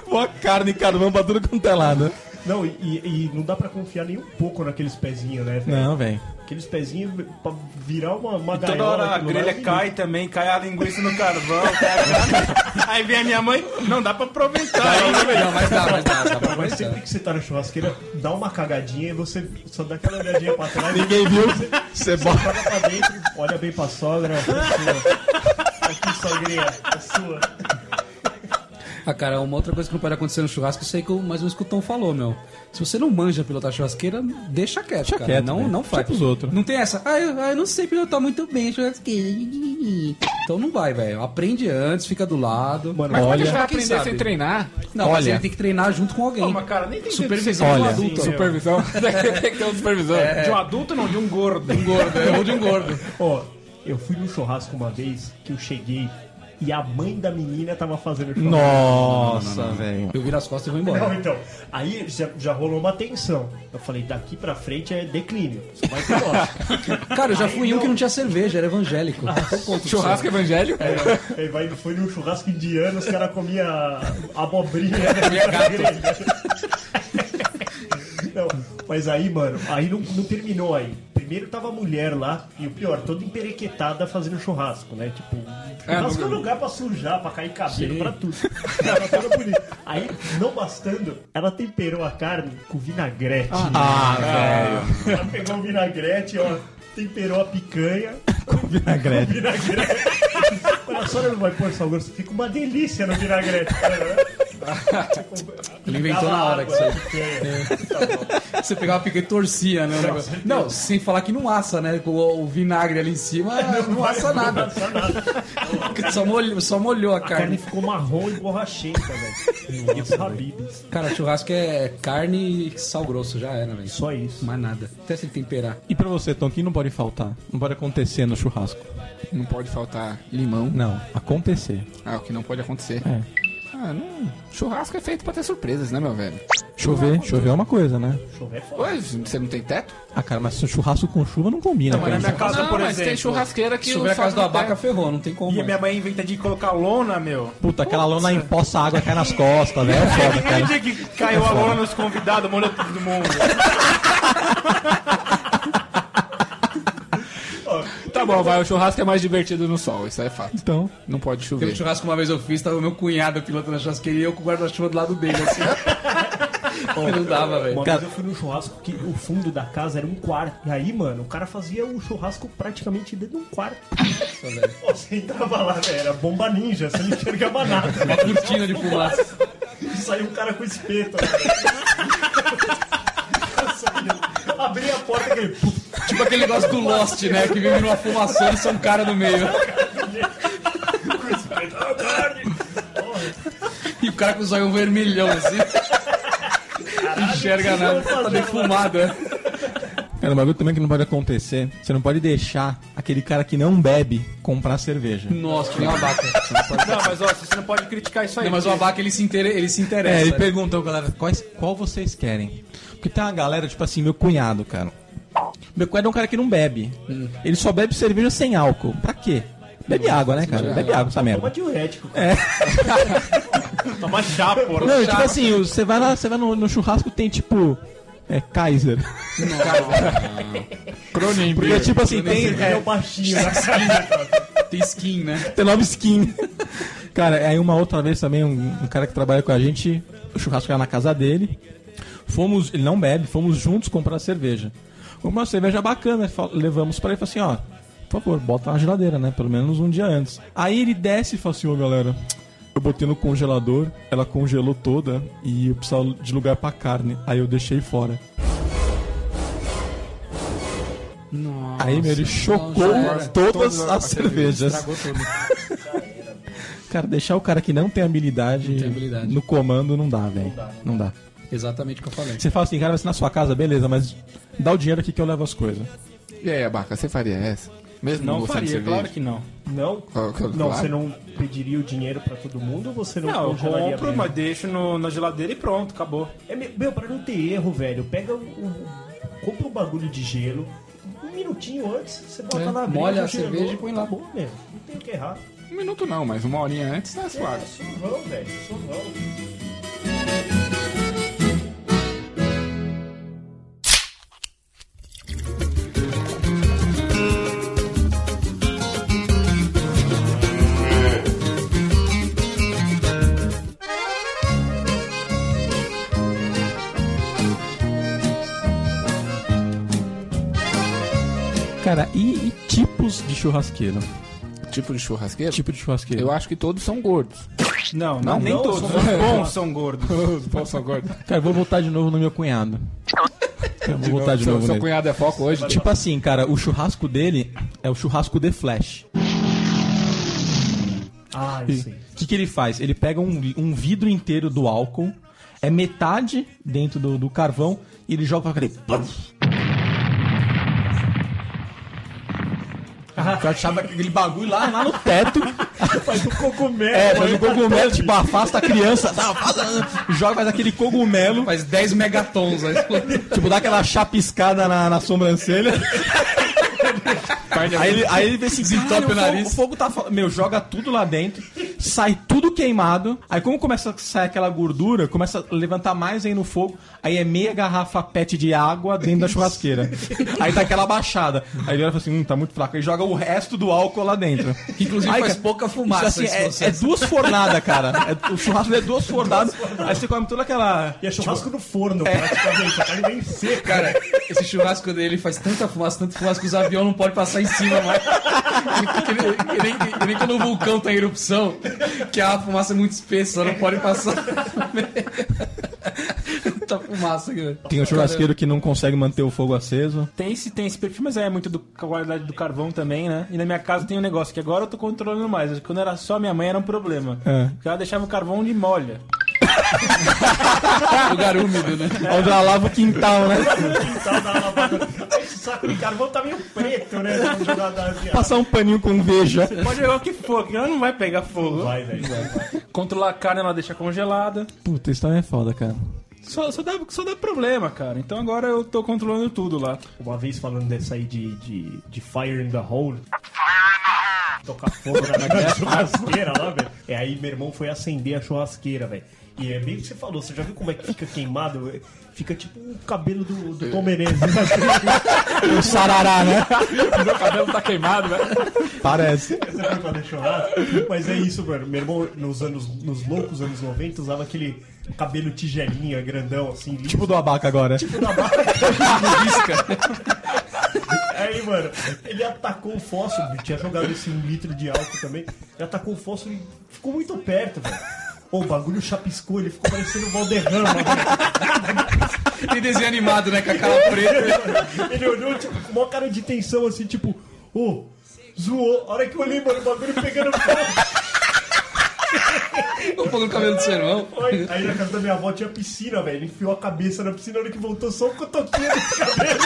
B: Boa carne, caramba, tudo quanto é lado.
C: Não, e, e- e não dá pra confiar nem um pouco naqueles pezinhos, né? velho?
B: Não, velho.
C: Aqueles pezinhos pra virar uma, uma
H: Toda
C: gaiola,
H: hora a
C: aquilo lá, é
B: é
H: grelha
C: eu
H: cai também, cai a linguiça no carvão. cai- Aí vem a minha mãe, não dá pra aproveitar. ainda, velho.
F: Não, mas dá, mas dá, dá pra
C: Mas
F: aguentar.
C: sempre que você tá na churrasqueira, dá uma cagadinha e você só dá aquela olhadinha pra trás.
B: Ninguém viu? Você bota.
C: Joga pra dentro, olha bem pra sogra. É sua. Aqui, sogrinha, é sua.
F: Ah, cara, uma outra coisa que não pode acontecer no churrasco, isso aí que o- mais ou menos que o Tom falou, meu. Se você não manja pilotar churrasqueira, deixa quieto, cara.
B: quieto,
F: não,
B: velho.
F: não faz.
B: Deixa pros outros.
F: Não tem essa. Ah, eu, ah, eu não sei pilotar muito bem churrasqueira. Então não vai, velho. Aprende antes, fica do lado. Mano,
D: Mas olha,
B: Olha.
D: como é que vai
F: Quem
D: aprender
F: sabe?
D: sem treinar?
F: não, mas
B: olha.
F: ele tem que treinar junto com alguém.
H: Não, mas cara, nem tem
F: Supervisão
B: Olha.
F: de um adulto.
C: Sim,
B: né?
F: Super-
D: Supervisão? Tem que ter um supervisor.
H: De um adulto, não, de um gordo.
F: de um gordo, é, ou de um gordo.
C: Ó, eu fui num churrasco uma vez que eu cheguei e a mãe da menina tava fazendo churrasco.
B: Nossa, velho.
F: Eu viro as costas e vou
C: Não,
F: embora.
C: então, aí já, já rolou uma tensão. Eu falei, daqui pra frente é declínio. Você vai pro nosso.
F: Cara, eu já
C: Aí
F: fui em um
C: não.
F: que não tinha cerveja, era evangélico. Eu conto pra
D: Churrasco evangélico?
C: Aí vai, foi num churrasco indiano, os caras comiam abobrinha. né,
F: Comia
C: na
F: gato.
C: grelha. Não, mas aí, mano, aí não, não terminou aí. Primeiro tava a mulher lá, e o pior, toda emperequetada fazendo churrasco, né? Tipo, churrasco é, um lugar pra sujar, pra cair cabelo, pra tudo. Tava toda bonita. Aí, não bastando, ela temperou a carne com vinagrete. Ela pegou o vinagrete, ó, temperou a picanha.
B: Vinagrete.
C: Vinagrete. Olha, né, a senhora não vai pôr sal grosso. Fica uma delícia no vinagrete. né,
F: Ele inventou na hora que
C: você...
F: você. Você pegava a picanha e torcia, né? o negócio. Não, sem falar que não assa, né? Com o o vinagre ali em cima, não, assa nada. Só, molhou, só molhou a
C: A carne
F: carne.
C: ficou marrom e borrachenta, velho. Isso, é Habib.
F: Cara, churrasco é carne e sal grosso, já era, velho.
C: Só isso.
F: Mais nada. Até se temperar.
B: E pra você, Tom, o que não pode faltar? Não pode acontecer no churrasco.
D: Não pode faltar limão.
B: Não, acontecer.
D: Ah, o que não pode acontecer.
B: É.
D: Ah, não. Churrasco é feito pra ter surpresas, né, meu velho?
B: Chover, chover é uma coisa, né?
C: Chover é foda.
D: Pois, você não tem teto?
B: Ah, cara, mas churrasco com chuva não combina,
H: mas na
B: cara.
H: minha casa,
D: não,
H: por
D: mas tem
H: exemplo.
D: churrasqueira que
F: Se tiver
D: sobe
F: a casa do
D: no
F: abaca,
D: teto.
F: ferrou, não tem como.
H: E a
F: mano.
H: minha mãe inventa de colocar lona, meu.
B: Puta, aquela lona empoça a água cai nas costas, velho. É foda,
H: Aquele
B: cara.
H: dia que caiu a lona nos convidados, molhou todo mundo.
D: Tá bom, vai. O churrasco é mais divertido no sol, isso é fato.
B: Então,
D: Não pode
F: Teve um
D: chover.
F: churrasco que uma vez eu fiz, tava meu cunhado pilotando a churrasqueira e eu com o guarda-chuva do lado dele, assim. não dava, velho.
C: Uma
B: Cara-
C: vez eu fui num churrasco que o fundo da casa era um quarto. E aí, mano, o cara fazia o churrasco praticamente dentro de um quarto. Pô, Você entrava lá, velho, era bomba ninja, você não enxergava nada.
F: Uma cortina de fumaça.
C: E saiu um cara com espeto. velho. Saiu. Abri a porta aquele. puf,
F: Tipo aquele negócio do Lost, né? Que vive numa fumação e são um cara no meio.
C: com espeto. Ah, carne!
F: E o cara com o zóio vermelhão, assim. Não enxerga
C: o que vocês
F: nada,
C: vão
F: tá
C: fazer
F: defumado. né?
B: cara, um bagulho também que não pode acontecer. Você não pode deixar aquele cara que não bebe comprar cerveja.
F: Nossa, tinha uma vaca.
H: Não, mas ó, você não pode criticar isso aí.
F: Não, mas o abaca ele se, intere- ele se
B: É,
F: interessa.
B: ele perguntou, galera, quais, qual vocês querem? Porque tem uma galera, tipo assim, meu cunhado, cara. Meu cunhado é um cara que não bebe. Ele só bebe cerveja sem álcool. Pra quê? Bebe água, né, cara? Bebe água, essa
C: Toma
B: merda.
C: diurético. cara.
H: Toma chá, porra.
B: Não, tipo assim, você vai lá, você vai no, no churrasco, tem tipo. É, Kaiser.
D: Cronin,
B: Porque, tipo assim, tem.
C: Ele é o baixinho na saída, cara.
F: Tem skin, né?
B: Tem nova skin. Cara, aí uma outra vez também, um, um cara que trabalha com a gente, o churrasco era na casa dele. Fomos, ele não bebe, fomos juntos comprar cerveja. Comprou uma cerveja bacana, fal- levamos pra ele e falou assim, ó, por favor, bota na geladeira, né? Pelo menos um dia antes. Aí ele desce e fala assim, ô galera, eu botei no congelador, ela congelou toda e eu precisava de lugar pra carne. Aí eu deixei fora.
F: Nossa. então
B: Aí, meu, ele chocou
F: era.
B: todas as
F: cerveja,
B: cervejas.
F: Estragou tudo.
B: Cara, deixar o cara que não tem habilidade,
F: Não tem habilidade.
B: no comando não dá, velho. Não dá.
F: Exatamente o que eu falei.
B: Você fala assim, cara, vai ser na sua casa, beleza, mas dá o dinheiro aqui que eu levo as coisas.
D: E aí, Abaca, você faria essa? Mesmo
E: Não
D: gostando de
E: faria,
D: cerveja?
E: claro que não.
C: Não?
D: Claro que eu-
C: Não,
D: claro.
C: você não pediria o dinheiro pra todo mundo ou você não,
E: Não, eu
C: congelaria
E: compro,
C: mesmo?
E: mas deixo no- na geladeira e pronto, acabou.
C: É, me- meu, pra não ter erro, velho, pega o. o- compra um bagulho de gelo. Um minutinho antes, você bota
F: É,
C: na grelha,
F: molha a
C: gelo,
F: cerveja e põe lá.
C: Tá bom, meu. Não tem o que errar.
D: Um minuto não, mas uma horinha antes tá
C: É,
D: suave.
C: sovão, velho. Sovão.
B: Cara, e, e tipos de churrasqueiro?
D: Tipo de churrasqueiro?
B: Tipo de churrasqueiro.
D: Eu acho que todos são gordos.
E: Não, não, nem
C: não,
E: todos.
C: são
E: Os
C: gordos.
E: bons são gordos.
D: Os bons são gordos.
B: Cara, eu vou voltar de novo no meu cunhado. Eu vou voltar de
D: seu,
B: novo
D: seu
B: nele.
E: né?
D: cunhado é foco hoje?
B: Tipo assim, cara, o churrasco dele é o churrasco de flash.
C: Ah, eu sei.
B: O que, que ele faz? Ele pega um, vi- um vidro inteiro do álcool, é metade dentro do, do carvão e ele joga pra aquele.
E: Ah.
B: Eu achava aquele bagulho lá, lá no teto.
C: Faz um cogumelo.
B: É, faz um cogumelo, tipo, afasta a criança, tá, afasta, joga, faz aquele cogumelo,
F: Faz 10 megatons né? aí.
B: tipo, dá aquela chapiscada na, na sobrancelha. Aí ele, aí ele vê assim,
F: Desentope
B: "Caralho,
F: o nariz."
B: Fogo, o fogo tá. fa- Meu, joga tudo lá dentro, sai tudo queimado. Aí, como começa a sair aquela gordura, começa a levantar mais aí no fogo. Aí é meia garrafa pet de água dentro da churrasqueira. Aí tá aquela baixada. Aí ele olha e fala assim: hum, tá muito fraco. Aí joga o resto do álcool lá dentro.
F: Inclusive
B: Ai,
F: faz
B: cara,
F: pouca fumaça
B: Isso, assim,
F: esse
B: é- é,
F: processo.
B: duas fornadas, cara. É- o churrasco é duas fornadas. Aí você come toda aquela.
C: E é churrasco no forno, praticamente. A carne nem seca.
F: Cara, esse churrasco dele faz tanta fumaça, tanta fumaça que os aviões não podem passar em cima mais. Que nem, que nem- que nem quando o vulcão tá em erupção, que a fumaça é muito espessa, não pode passar. tá fumaça aqui, velho.
B: Tem o churrasqueiro que não consegue manter o fogo aceso.
E: Tem esse, tem esse perfil, mas é muito do- da qualidade do carvão também, né? E na minha casa tem um negócio que agora eu tô controlando mais. mas Quando era só minha mãe era um problema.
B: É.
E: Porque ela deixava o carvão de molha.
F: Lugar úmido, né?
B: Onde ela lava o quintal, né?
C: Tá, dá uma lavada. Esse saco de carvão tá meio preto, né? Vamos jogar da
B: Passar um paninho com veja.
E: Pode jogar o que for, que ela não vai pegar fogo.
C: Vai, velho.
E: Controlar a carne, ela deixa congelada.
B: Puta, isso também é foda, cara.
E: Só, só, dá, só dá problema, cara. Então agora eu tô controlando tudo lá.
C: Uma vez falando dessa aí de, de, de Fire in the Hole. Tocar fogo na, na churrasqueira lá, velho. É aí meu irmão foi acender a churrasqueira, velho. E é meio que você falou, você já viu como é que fica queimado? velho? Fica tipo o cabelo do, do Tom Menezes.
B: O sarará, né?
D: Meu cabelo tá queimado, velho.
B: Parece.
C: Você foi fazer churrasco? Mas é isso, mano. Meu irmão, nos anos, nos loucos anos 90, usava aquele cabelo tigelinha, grandão, assim.
B: Tipo do abaca agora.
C: Aí, mano, ele atacou o fósforo, ele tinha jogado esse um litro de álcool também. Ele atacou o fósforo e ficou muito perto, velho. Ô, o bagulho chapiscou, ele ficou parecendo o Valderrama. velho.
F: Tem desenho animado, né? Com a cara preta.
C: Ele olhou, tipo, com uma cara de tensão, assim, tipo, ô, zoou. A hora que eu olhei, mano, o bagulho pegando fogo.
F: O fogo no cabelo do seu irmão.
C: Aí aí na casa da minha avó tinha piscina, velho. Ele enfiou a cabeça na piscina, a hora que voltou só o cotoquinho desse cabelo.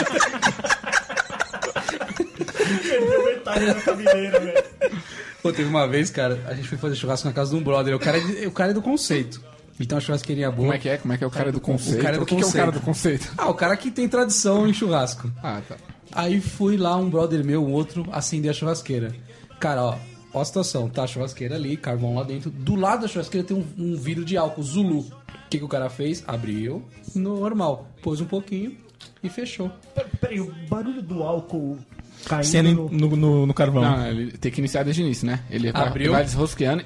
C: Perdeu metade da cabineira, velho.
F: Pô, teve uma vez, cara, a gente foi fazer churrasco na casa de um brother. O cara é, de- o cara é do conceito. Então a churrasqueirinha boa.
D: Como é que é? Como é que é o cara do conceito?
F: O cara do
D: que que é o cara do
F: conceito.
D: conceito?
F: Ah, o cara que tem tradição em churrasco.
D: Ah, tá.
E: Então.
F: Aí fui lá, um brother meu, um outro, acender a churrasqueira. Cara, ó, ó a situação. Tá a churrasqueira ali, carvão lá dentro. Do lado da churrasqueira tem um, um vidro de álcool, Zulu. O que, que o cara fez? Abriu, normal. Pôs um pouquinho e fechou.
C: Peraí, o barulho do álcool caindo
B: Sendo
C: no...
B: em- no, no- no carvão.
D: Não, ele tem que iniciar desde o início, né? Ele vai-
F: Abriu.
D: vai desrosqueando.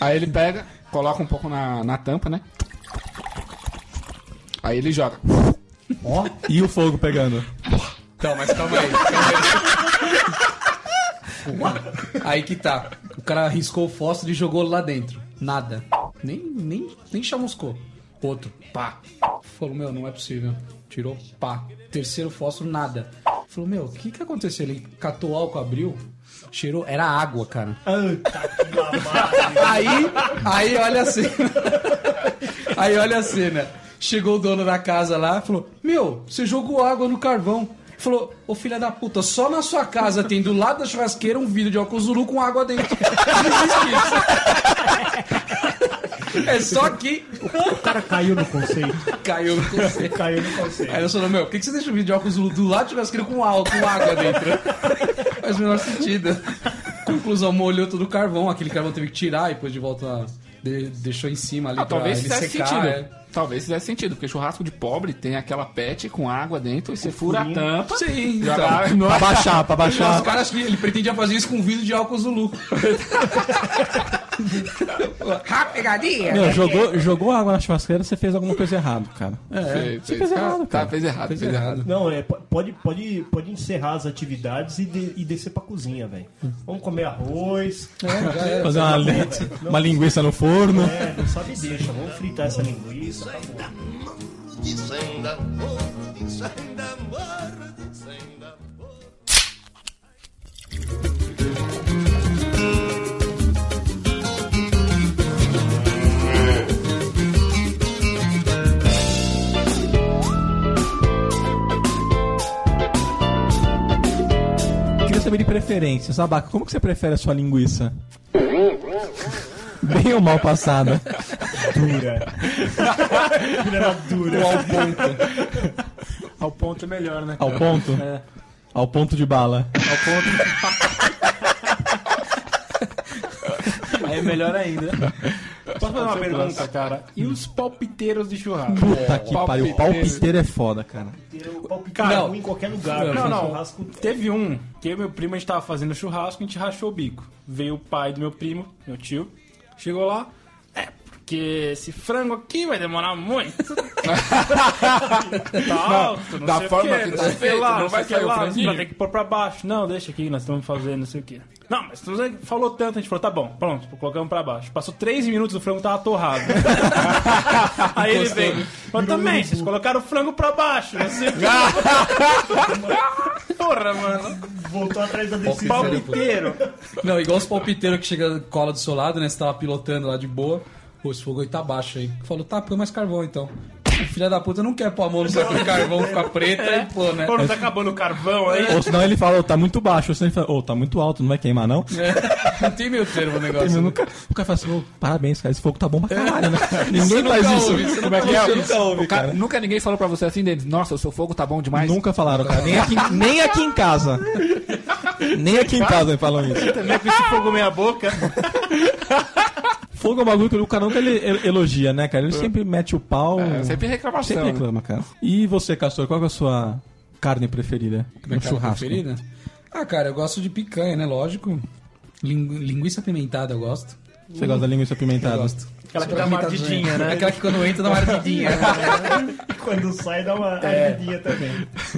D: Aí ele pega, coloca um pouco na, na tampa, né? Aí ele joga.
B: E o fogo pegando.
F: Então, mas calma aí. calma aí. Aí que tá. O cara riscou o fósforo e jogou lá dentro. Nada. Nem, nem, nem chamuscou. Outro. Pá. falou, meu, não é possível. Tirou, pá. Terceiro fósforo, nada. Falou, meu, o que que aconteceu? Ele catou álcool, abriu, cheirou, era água, cara. aí, aí olha assim. a cena. Aí olha a cena. Chegou o dono da casa lá, falou: Meu, você jogou água no carvão. Falou, ô filha da puta, só na sua casa tem do lado da churrasqueira um vidro de óculos Zulu com água dentro. Não existe isso. É só que
C: O cara caiu no conceito.
F: caiu no conceito.
C: Caiu no conceito.
F: Aí eu falou, meu, por que, que você deixa o vídeo de óculos Zulu do lado de churrasqueiro com álcool, com água dentro? Faz o menor sentido. Conclusão, molhou todo o carvão. Aquele carvão teve que tirar e depois de volta lá, de- deixou em cima ali
D: Ah,
F: pra
D: talvez
F: ele
D: fizesse
F: secar.
D: sentido.
F: é.
D: Talvez fizesse sentido, porque churrasco de pobre tem aquela pet com água dentro e você fura a tampa.
F: Sim,
D: Já
F: então.
D: dá- não é-
B: baixar, pra
F: Não,
B: baixar.
F: Os caras que ele pretendia fazer isso com um vídeo de álcool Zulu. pegadinha!
B: Meu, jogou, jogou água na churrasqueira, você fez alguma coisa errada, cara.
D: Fez- fez-
B: fez errado,
D: tá,
B: cara.
D: fez errado, fez, errado.
C: Não, é, po- pode, pode, pode encerrar as atividades e, de- e descer pra cozinha, velho. Vamos comer arroz.
B: Fazer uma, li- uma linguiça no forno.
C: É, não sabe deixa. Vamos fritar essa linguiça.
B: Queria saber de preferência. Sabaca, como que você prefere a sua linguiça? Bem ou mal passada?
C: Dura. Filha da dura.
E: Ao ponto é melhor, né?
B: Ao ponto?
E: É.
B: Ao ponto de bala.
E: Aí é melhor ainda. Posso fazer uma pergunta, cara? E os palpiteiros de churrasco?
B: Puta que pariu. Palpiteiro é foda, cara.
C: Cara,
E: Não.
C: ruim em qualquer lugar.
E: Não, não.
C: Churrasco
E: Teve um que eu e meu primo a gente tava fazendo churrasco, a gente rachou o bico. Veio o pai do meu primo, meu tio, chegou lá. É, porque esse frango aqui vai demorar muito. Tal, não
D: da
E: sei o
D: forma
E: quê,
D: que
E: não
D: tá
E: sei o
D: feito,
E: lá,
D: não
E: sei
D: vai
E: o que
D: sair o
E: lá,
D: franguinho.
E: Vai ter que pôr pra baixo. Não, deixa aqui, nós estamos fazendo, não sei o quê. Não, mas tu não falou tanto, a gente falou, tá bom, pronto, colocamos pra baixo. Passou três minutos, o frango tava torrado. Aí ele veio. Mas também, vocês colocaram o frango pra baixo, não sei o quê. Porra, mano.
C: voltou atrás da decisão.
E: Palpiteiro.
F: Não, igual os palpiteiros que chega cola do seu lado, né? Você tava pilotando lá de boa. Pô, esse fogo aí tá baixo aí. Falou, tá, põe mais carvão então. O filho da puta não quer pôr a mão no saco de carvão, ficar
E: É.
F: preta e pô, né?
E: Pô,
D: É.
E: não tá acabando o carvão aí.
B: Ou senão ele fala, ô, tá muito baixo. Ou senão ele fala, ô, tá muito alto, não vai queimar, não?
F: É, Não tem meio termo o negócio.
B: Eu
F: né?
B: nunca, o cara fala assim, ô, parabéns, cara, esse fogo tá bom pra caralho, né? Ninguém
F: nunca
B: faz isso.
F: ouve, você
B: Como é que é? Nunca ouve,
D: O cara-
B: cara.
D: nunca ninguém falou pra você assim, Denis, nossa, o seu fogo tá bom demais.
B: Nunca falaram, cara. Nem aqui, nem aqui em casa. Nem aqui em casa falam isso.
E: Também com esse fogo meia boca.
B: Fogo é um bagulho que o cara nunca ele ele- elogia, né, cara? Ele sempre mete o pau.
D: É, sempre reclamação,
B: Sempre
D: né?
B: reclama, cara. E você, Castor, qual que é a sua carne preferida?
F: Minha carne preferida? Ah, cara, eu gosto de picanha, né? Lógico. Lingu- linguiça apimentada eu gosto.
B: Você gosta da linguiça
F: Eu
B: apimentada?
F: gosto.
E: Aquela que dá uma ardidinha, né?
F: Aquela que quando entra dá uma ardidinha.
C: Quando sai, dá uma
E: É.
C: ardidinha também.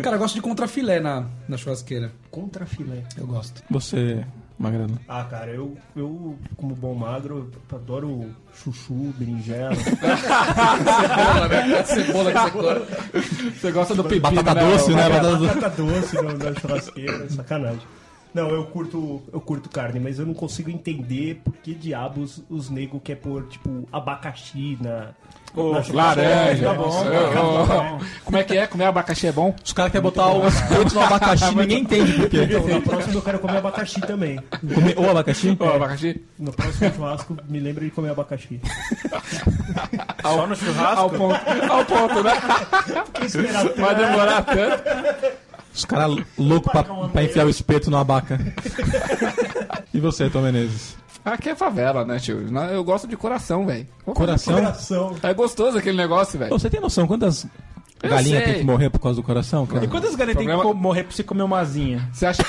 F: cara, eu gosto de contrafilé na, na churrasqueira.
C: Contra filé.
F: Eu gosto.
B: Você, Magrano.
C: Ah, cara, eu, eu como bom magro, eu adoro chuchu, berinjela.
F: Cebola, né? A cebola que você corta.
D: Você gosta do pepino,
B: Batata doce, né? Batata
D: Tá
B: doce.
C: batata Tá, doce na, na churrasqueira, é sacanagem. Não, eu curto, eu curto carne, mas eu não consigo entender por que diabos os nego quer pôr, tipo, abacaxi na. na churrasqueira.
D: Laranja.
C: Tá
D: Ô,
C: bom,
D: ô, ô. Como é que é? Comer abacaxi é bom?
B: Os caras querem botar o biscoito no abacaxi, ninguém entende por quê.
C: Então, na próxima eu quero comer abacaxi também.
B: Comer o abacaxi?
D: Ô, abacaxi?
C: No próximo churrasco, me lembra de comer abacaxi.
E: Só no churrasco.
D: Ao ponto, ao ponto, né? Vai demorar tanto.
B: Os caras loucos pra, pra enfiar o espeto no abaca. E você, Tom Menezes?
D: Aqui é favela, né, tio? Na- Eu gosto de coração, velho.
B: Coração?
C: Coração.
D: É gostoso aquele negócio, velho.
B: Ô, Você tem noção quantas
D: Eu
B: galinhas
D: sei.
B: tem que morrer por causa do coração, cara?
E: E quantas galinhas tem que
D: Problema-
E: co- morrer pra você comer uma asinha?
D: Você acha.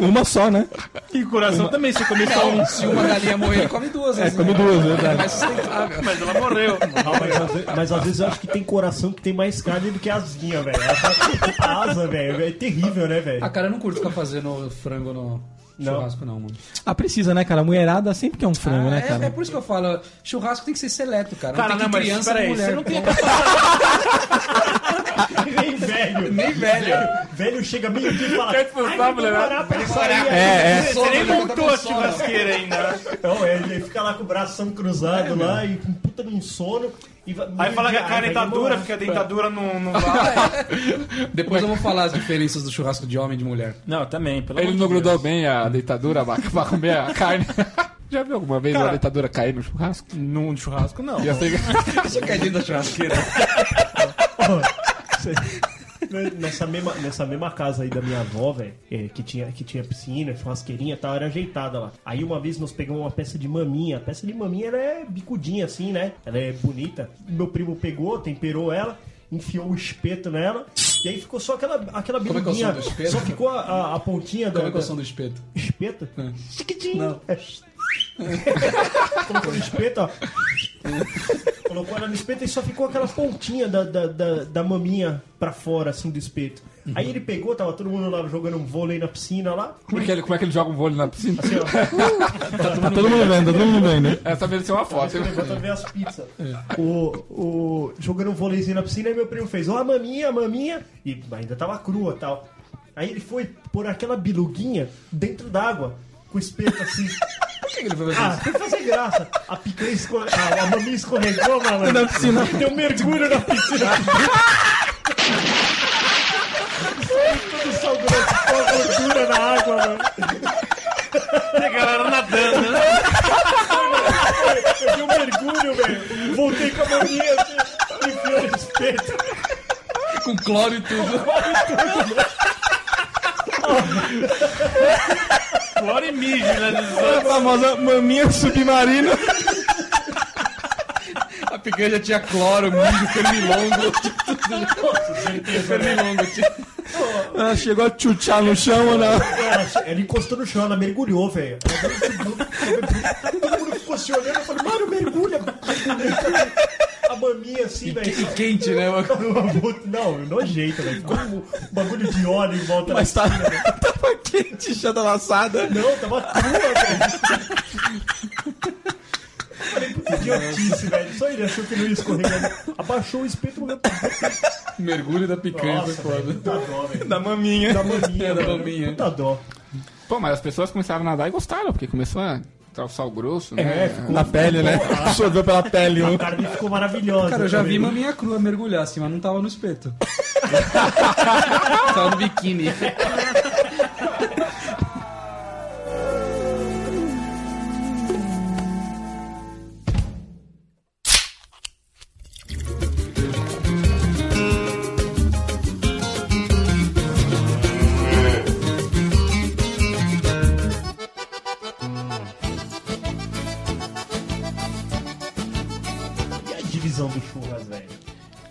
B: Uma só, né?
E: E coração também, se comer só um.
F: Se uma galinha morrer, ele come duas.
B: É,
F: assim.
B: come duas, verdade.
F: mais sustentável.
E: Mas ela morreu.
C: Ah, mas, às ve- mas às vezes eu acho que tem coração que tem mais carne do que asinha, velho. Essa Asa, velho. É terrível, né, velho?
F: Ah, cara, eu não curto ficar fazendo frango no, Churrasco não, mano.
B: Ah, precisa, né, cara? Mulherada sempre quer um frango, né,
F: é, é
B: cara?
F: por isso que eu falo, churrasco tem que ser seleto, cara.
E: Cara,
F: não tem
E: não,
F: que
E: mas
F: criança nem
E: peraí,
F: mulher.
E: você não tem
C: Nem velho.
F: Nem velho.
C: Velho chega meio dia e fala.
E: Quer expulsar
C: "Ai, vou
E: a mulher?"
C: parar pra sair aí."
B: É, é.
E: Você nem
F: Sobra,
E: montou
F: tá
E: a
F: com sono.
E: churrasqueira ainda.
C: Então, é, ele fica lá com o bração cruzado lá e com puta de um sono. E vai-
E: É, Aí fala que a carne
C: Ai,
E: tá
C: vai
E: dura,
C: demorar.
E: porque a dentadura não, não dá.
F: Depois eu vou falar as diferenças do churrasco de homem e de mulher.
E: Não, também, pelo
D: Ele
E: amor
D: não
E: de
D: grudou
E: Deus.
D: bem a deitadura pra, pra comer a carne. Já viu alguma vez
E: Cara,
D: a deitadura cair no churrasco?
E: Num churrasco, não.
D: Já sei-
F: Isso é caidinho da churrasqueira.
C: Nessa mesma, nessa mesma casa aí da minha avó, velho, é, que, tinha, que tinha piscina, churrasqueirinha e tal, era ajeitada lá. Aí uma vez nós pegamos uma peça de maminha. A peça de maminha ela é bicudinha assim, né? Ela é bonita. Meu primo pegou, temperou ela, enfiou o espeto nela. E aí ficou só aquela, aquela
F: Como é que é o som
C: biruguinha.
F: do espeto?
C: Só ficou a, a- a pontinha
F: Como é
C: da,
F: que é o som do espeto?
C: Espeto? Chiquitinho. É. Colocou no espeto, ó. Colocou ela no espeto e só ficou aquela pontinha da, da, da, da maminha pra fora, assim, do espeto. Aí ele pegou, tava todo mundo lá jogando um vôlei na piscina lá.
D: Como é, que ele, como é que ele joga um vôlei na piscina?
C: Assim, ó.
B: Tá todo mundo vendo, tá todo mundo vendo.
D: Essa deve ser uma foto. hein?
C: Levantando ver as pizzas.
F: É.
C: O, o, jogando um vôleizinho na piscina, aí meu primo fez, ó, a maminha, a maminha. E ainda tava crua tal. Aí ele foi pôr aquela biluguinha dentro d'água, com o espeto assim.
F: Por que ele foi fazer
C: Ah, foi fazer graça. A picanha escorregou. A, a maminha escorregou, malandro.
B: Na piscina.
C: Deu um mergulho na piscina. Saiu todo salgado, com a gordura na água, mano.
E: Tem a galera nadando, né?
C: Eu dei um mergulho, velho. Voltei com a maminha assim, enfiou no espeto.
F: isso? Com cloro e tudo.
E: Flora e mijo, né?
B: A famosa maminha submarina.
F: A picanha já tinha cloro, milho, pernilongo. Pernilongo. tinha-
B: Ela Ah, chegou a tchutchar no chão, né?
C: Ela, ela É, encostou no chão, ela mergulhou, velho. Ela deu um segundo, ela mergulhou. Todo mundo ficou se olhando. Eu falei, mano, mergulha. A maminha assim, velho.
F: E quente, né?
C: Não, nojento, velho. Ficou um bagulho de óleo em volta
B: Mas tá, tava quente, já tá laçada.
C: Não, tava crua, velho. Falei, puta idiotice, velho. Só ele achou que não ia escorregar. Abaixou o espeto no meu
F: Mergulho da picanha
C: Nossa,
F: foi foda.
C: velho, puta dó, velho.
B: Da maminha.
C: Da maminha,
F: Da
C: mano.
F: maminha.
C: Puta dó.
D: Pô, mas as pessoas começaram a nadar e gostaram, porque começou a entrar o sal grosso, né?
C: É, ficou-
B: Na pele, né? Absorveu pela pele.
C: A carne ficou maravilhosa.
F: Cara, eu já vi
C: também.
F: maminha crua mergulhar assim, mas não tava no espeto. tava no biquíni.
C: E a divisão do churras, velho?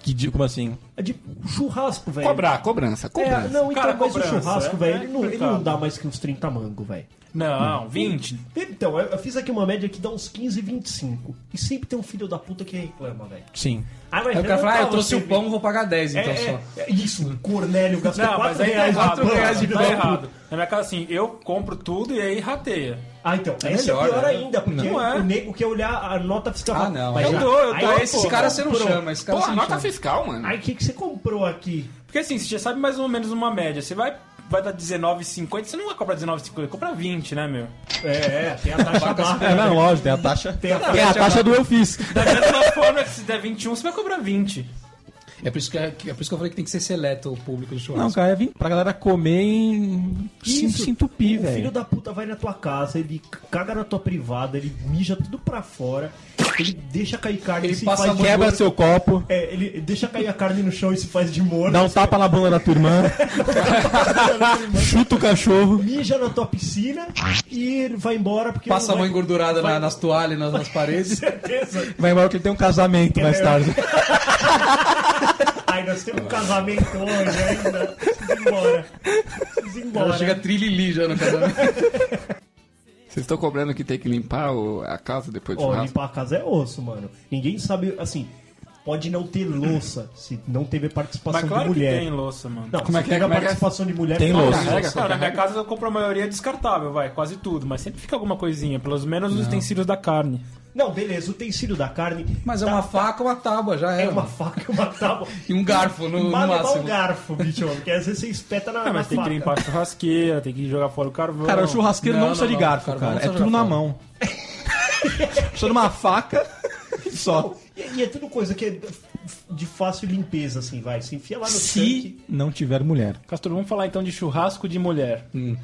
B: Que dia, como assim?
C: É de churrasco, velho.
D: Cobrar, cobrança,
C: É,
D: cobrança.
C: não, então,
E: Cara,
C: mas o
E: cobrança,
C: churrasco,
E: é,
C: velho,
E: é
C: ele, não, ele
E: complicado.
C: não dá mais que uns 30 mango, velho.
E: Não, 20.
C: Então, eu, eu fiz aqui uma média que dá uns 15, 25. E sempre tem um filho da puta que reclama, velho.
B: Sim.
C: Ah, mas
F: Aí o cara fala, ah, eu
C: tava
F: trouxe o
C: servindo.
F: pão, vou pagar 10 então
C: É,
F: só.
C: é, é isso, Cornélio gastou
E: Não,
C: 4
E: mas aí tá
C: reais
E: errado.
C: no pão.
E: Tá,
C: Não.
E: errado. Na minha casa, assim, eu compro tudo e aí rateia.
C: Ah, então, é esse
F: melhor,
C: é pior
F: né?
C: ainda, porque
E: Não é.
C: o nego quer olhar a nota fiscal.
F: Ah, não.
C: Mas
F: Eu
C: já-
E: dou, eu
C: aí,
E: dou.
C: ó,
F: Esses
C: pô,
F: caras você não
C: comprou.
F: chama, esses caras
D: Pô,
F: você não
C: tá
D: nota
F: chama.
D: fiscal, mano.
C: Aí, o que, que você comprou aqui?
E: Porque assim, você já sabe mais ou menos uma média. Você vai, vai dar 19,50, você não vai comprar 19,50, compra 20, né, meu?
C: É, é, tem a taxa barra.
B: É, não, lógico, tem a taxa.
C: Tem a
B: Tem a taxa do eu fiz.
E: Da mesma forma que se der 21, você vai cobrar 20.
F: É por, isso que, é por isso que eu falei que tem que ser seleto o público do churrasco.
B: Não, cara, é vir pra galera comer e se,
C: Isso.
B: se entupir,
C: O filho
B: velho.
C: da puta vai na tua casa, ele caga na tua privada, ele mija tudo pra fora, ele deixa cair carne
F: Ele
C: e se
F: passa
C: faz
F: a
C: de
F: mão-
B: Quebra
C: morto.
B: seu copo,
C: É, ele deixa cair a carne no chão e se faz de morto.
B: dá um tapa na bunda da tua irmã, chuta o cachorro.
C: Mija na tua piscina e ele vai embora porque.
F: Passa a
C: não
F: mão
C: vai-
F: engordurada
C: vai-
F: na- nas toalhas, nas, nas paredes.
C: Certeza.
B: Vai embora que ele tem um casamento mais tarde.
C: Ai, nós temos um casamento hoje ainda. Precisa ir embora. Precisa ir
F: Ela
C: embora.
F: chega trilili já no casamento.
D: Vocês estão cobrando que tem que limpar o- a casa depois do
C: Ó,
D: churrasco?
C: limpar a casa é osso, mano. Ninguém sabe, assim. Pode não ter louça, se não teve participação
E: Mas claro
C: de
E: que
C: mulher.
E: tem louça, mano.
C: Não,
D: Como é
C: se
D: que é?
C: teve a
D: Como é que é?
C: participação de mulher,
B: Tem
C: fala,
B: louça.
E: Carrega, cara, na minha casa eu compro a maioria descartável, vai, quase tudo, mas sempre fica alguma coisinha, pelo menos os utensílios da carne.
C: Não, beleza, o utensílio da carne.
F: Mas é
C: tá-
F: uma faca, uma tábua, já
C: É
F: era.
C: uma faca, uma tábua.
F: E um garfo, no, no
C: Mas levar um
F: máximo.
C: garfo, bicho, porque às vezes você espeta na,
E: Ah,
C: na
E: mas tem
C: faca.
E: que limpar a churrasqueira, tem que jogar fora o carvão.
B: Cara, o churrasqueiro não,
F: Não,
B: precisa
F: não,
B: de
F: não,
B: garfo,
F: cara,
B: cara.
F: vamos
B: É
F: só
B: tudo na
F: jogar
B: mão. precisa de uma faca e só.
C: E, e é tudo coisa que é de fácil limpeza, assim, vai. Se enfia lá no tanque.
B: Se não tiver mulher.
E: Castro, vamos falar então de churrasco de mulher. Se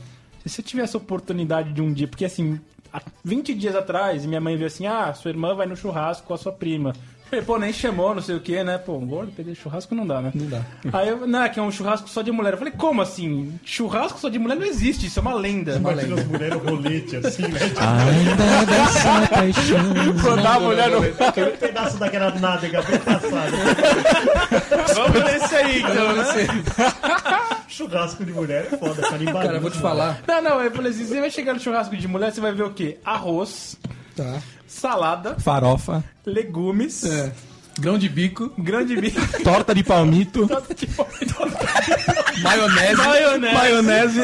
E: você tivesse a oportunidade de um dia, porque assim, há 20 dias atrás, minha mãe veio assim: ah, sua irmã vai no churrasco com a sua prima. Eu Falei, pô, nem chamou, não sei o que, né? Pô, gordo, perder churrasco não dá, né? Não
F: dá.
E: Aí eu, não, é que é um churrasco só de mulher. Eu falei, como assim? Churrasco só de mulher não existe, isso é uma lenda.
C: Imagina as mulheres rolete assim, né?
F: Ah.
B: Ainda dessa paixão.
E: Mandar a mulher no.
C: Caiu um pedaço da nádega bem passado.
E: Vamos nesse aí, então, né?
C: Churrasco de mulher é foda, canibalismo.
F: Cara, eu vou te falar.
E: Não, não, eu falei assim: você vai chegar no churrasco de mulher, você vai ver o quê? Arroz,
F: Tá.
E: salada,
B: Farofa,
E: legumes,
F: É. Grão de bico,
E: grande bico.
B: torta de palmito,
F: maionese,
E: Maionese.
B: maionese.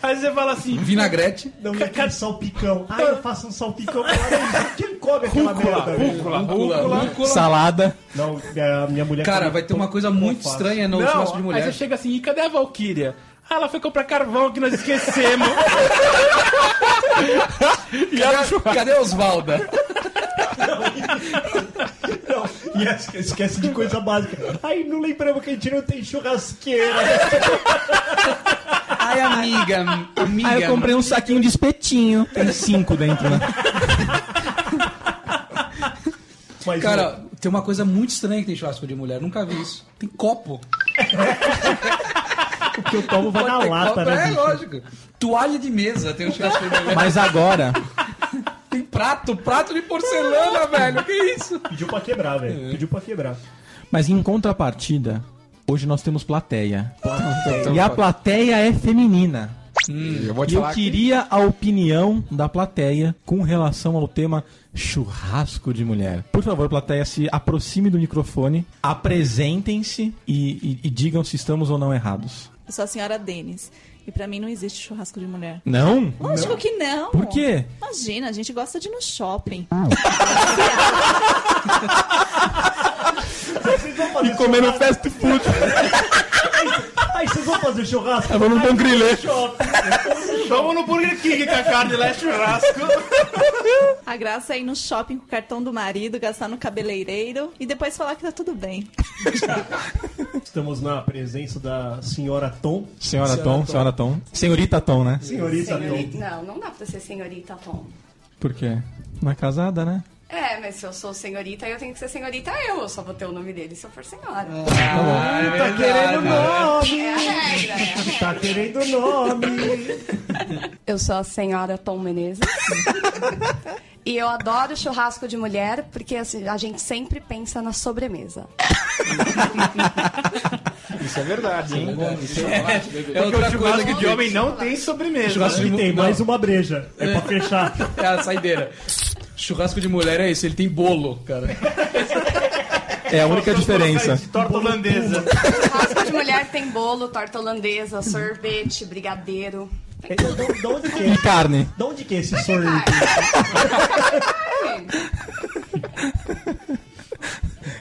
E: Aí você fala assim,
F: vinagrete.
C: Não é aquele salpicão. Ah, eu faço um salpicão. Ah, Quem come aquela merda? velho?
E: rúcula,
F: Rúcula.
E: rúcula.
B: Salada.
C: Não, a minha mulher...
F: Cara,
C: come
F: vai ter
C: pão-
F: uma coisa
C: pão
F: muito
C: fácil. é
F: estranha no churrasco de
E: Não, aí
F: mulher.
E: você chega assim, e cadê a Valkyria? Ah, ela foi comprar carvão que nós esquecemos.
F: Cadê, cadê a Osvalda?
C: Não, e esque- esquece de coisa básica. Ai, não lembramos que a gente não tem churrasqueira.
F: Ai, amiga, amiga.
B: Aí eu comprei um saquinho de espetinho. Tem cinco dentro, né?
C: Mas,
F: Cara, tem uma coisa muito estranha que tem churrasco de mulher. Nunca vi isso. Tem copo.
C: o que eu tomo vai na
F: Tem
C: lata,
F: copo,
C: né?
F: É,
C: bicho?
F: lógico. Toalha de mesa tem um churrasco de mulher.
B: Mas agora,
F: Tem prato, prato de porcelana, velho. Que isso?
C: Pediu pra quebrar,
B: É.
C: velho. Pediu pra quebrar.
B: mas em contrapartida, hoje nós temos plateia. E a plateia é feminina.
D: Eu vou te
B: E eu
D: falar que-
B: queria a opinião da plateia com relação ao tema churrasco de mulher. Por favor, plateia, se aproxime do microfone, apresentem-se e, e- e digam se estamos ou não errados.
I: Eu sou a senhora Denis. E pra mim não existe churrasco de mulher.
B: Não?
I: Lógico que não.
B: Por quê?
I: Imagina, a gente gosta de ir no shopping.
C: Aí vocês vão fazer
B: Comendo fast food,
C: churrasco. Aí vocês vão fazer churrasco.
B: eu não pão grilê.
C: Shopping.
E: Vamos no Burger King com a carne lá é churrasco.
I: A graça é ir no shopping com o cartão do marido, gastar no cabeleireiro e depois falar que tá tudo bem.
C: Estamos na presença da senhora Tom.
B: Senhora Tom, senhora Tom. Senhorita Tom, né?
C: Senhorita Tom.
J: Senhorita, não, não dá pra ser senhorita Tom.
B: Por quê? Não é casada, né?
J: É, mas se eu sou senhorita, eu tenho que ser senhorita eu. Eu só vou ter o nome dele se eu for senhora.
F: Ah, é
C: Tá querendo nome.
J: É a regra, é a regra.
C: Tá querendo nome.
J: Eu sou a senhora Tom Menezes. e eu adoro churrasco de mulher, porque assim, a gente sempre pensa na sobremesa.
E: Isso é verdade, hein?
F: É outra coisa que
E: de homem não tem sobremesa.
F: Churrasco de
C: E tem
F: mulher.
C: mais uma breja. É pra fechar.
F: É a saideira. Churrasco de mulher é esse, ele tem bolo, cara.
B: É a única diferença.
E: De torta holandesa.
J: Churrasco de mulher tem bolo, torta holandesa, sorvete, brigadeiro.
C: É, de- De onde que é?
B: E carne.
C: De onde que é esse sorriso?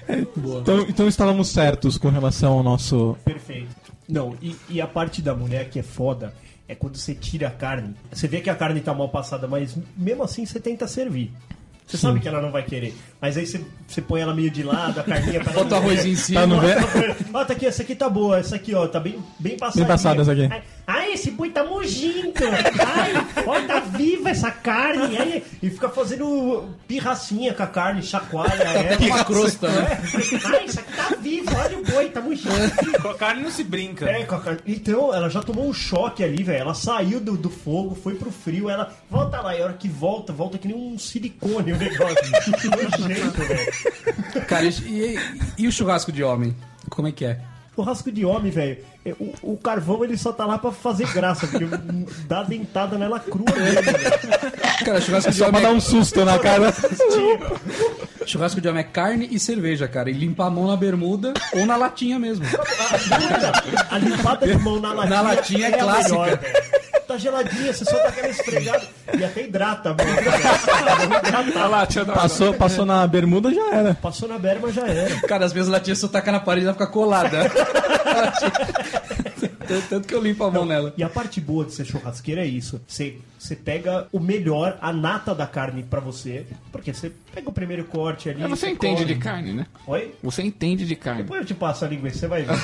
B: Então, então estávamos certos com relação ao nosso.
C: Perfeito. Não, e, e a parte da mulher que é foda é quando você tira a carne. Você vê que a carne tá mal passada, mas mesmo assim você tenta servir. Você sabe que ela não vai querer. Mas aí você, você põe ela meio de lado, a carninha é pra
F: Bota o arroz em
B: Pra
F: cima.
B: não ver?
C: Ó, tá aqui, essa aqui tá boa, essa aqui, ó, tá bem, bem passadinha.
B: Bem passada essa aqui.
C: Ai, ai, esse boi tá mugindo. Ai, ó, tá viva essa carne. Ai, e fica fazendo pirracinha com a carne, chacoalha é, ela.
F: Uma Tá crosta, né? É.
C: Ai, isso aqui tá vivo, olha o boi, tá mugindo.
E: Com a carne não se brinca.
C: É, com a carne. Então, ela já tomou um choque ali, velho. Ela saiu do, do fogo, foi pro frio, ela volta lá, e a hora que volta, volta que nem um silicone o negócio. Que nojento, velho.
F: Cara, e, e- e o churrasco de homem? Como é que é?
C: Churrasco de homem, velho. é, O, o carvão ele só tá lá pra fazer graça, porque hum, dá dentada nela crua mesmo.
F: Cara, churrasco, de
B: Só pra
F: homem
B: dar um susto na cara.
F: é, churrasco de homem é carne e cerveja, cara. E limpar a mão na bermuda ou na latinha mesmo.
C: A limpada de mão na latinha,
F: Na latinha é
C: a
F: clássica.
C: melhor, velho. tá geladinha, você só dá aquela esfregada e até hidrata, mano. Hidrata.
B: Passou, passou na bermuda, já era.
C: Passou na berma, já era.
F: Cara, às vezes a latinha se eu tacar na parede, ela fica colada. Tanto- Tanto que eu limpo a mão nela.
C: E a parte boa de ser churrasqueiro é isso. Você, você pega o melhor, a nata da carne pra você, porque você pega o primeiro corte ali.
D: Mas Você entende de carne, né?
C: carne. Oi?
D: Você entende de carne.
C: Depois eu te passo a linguiça, você vai ver.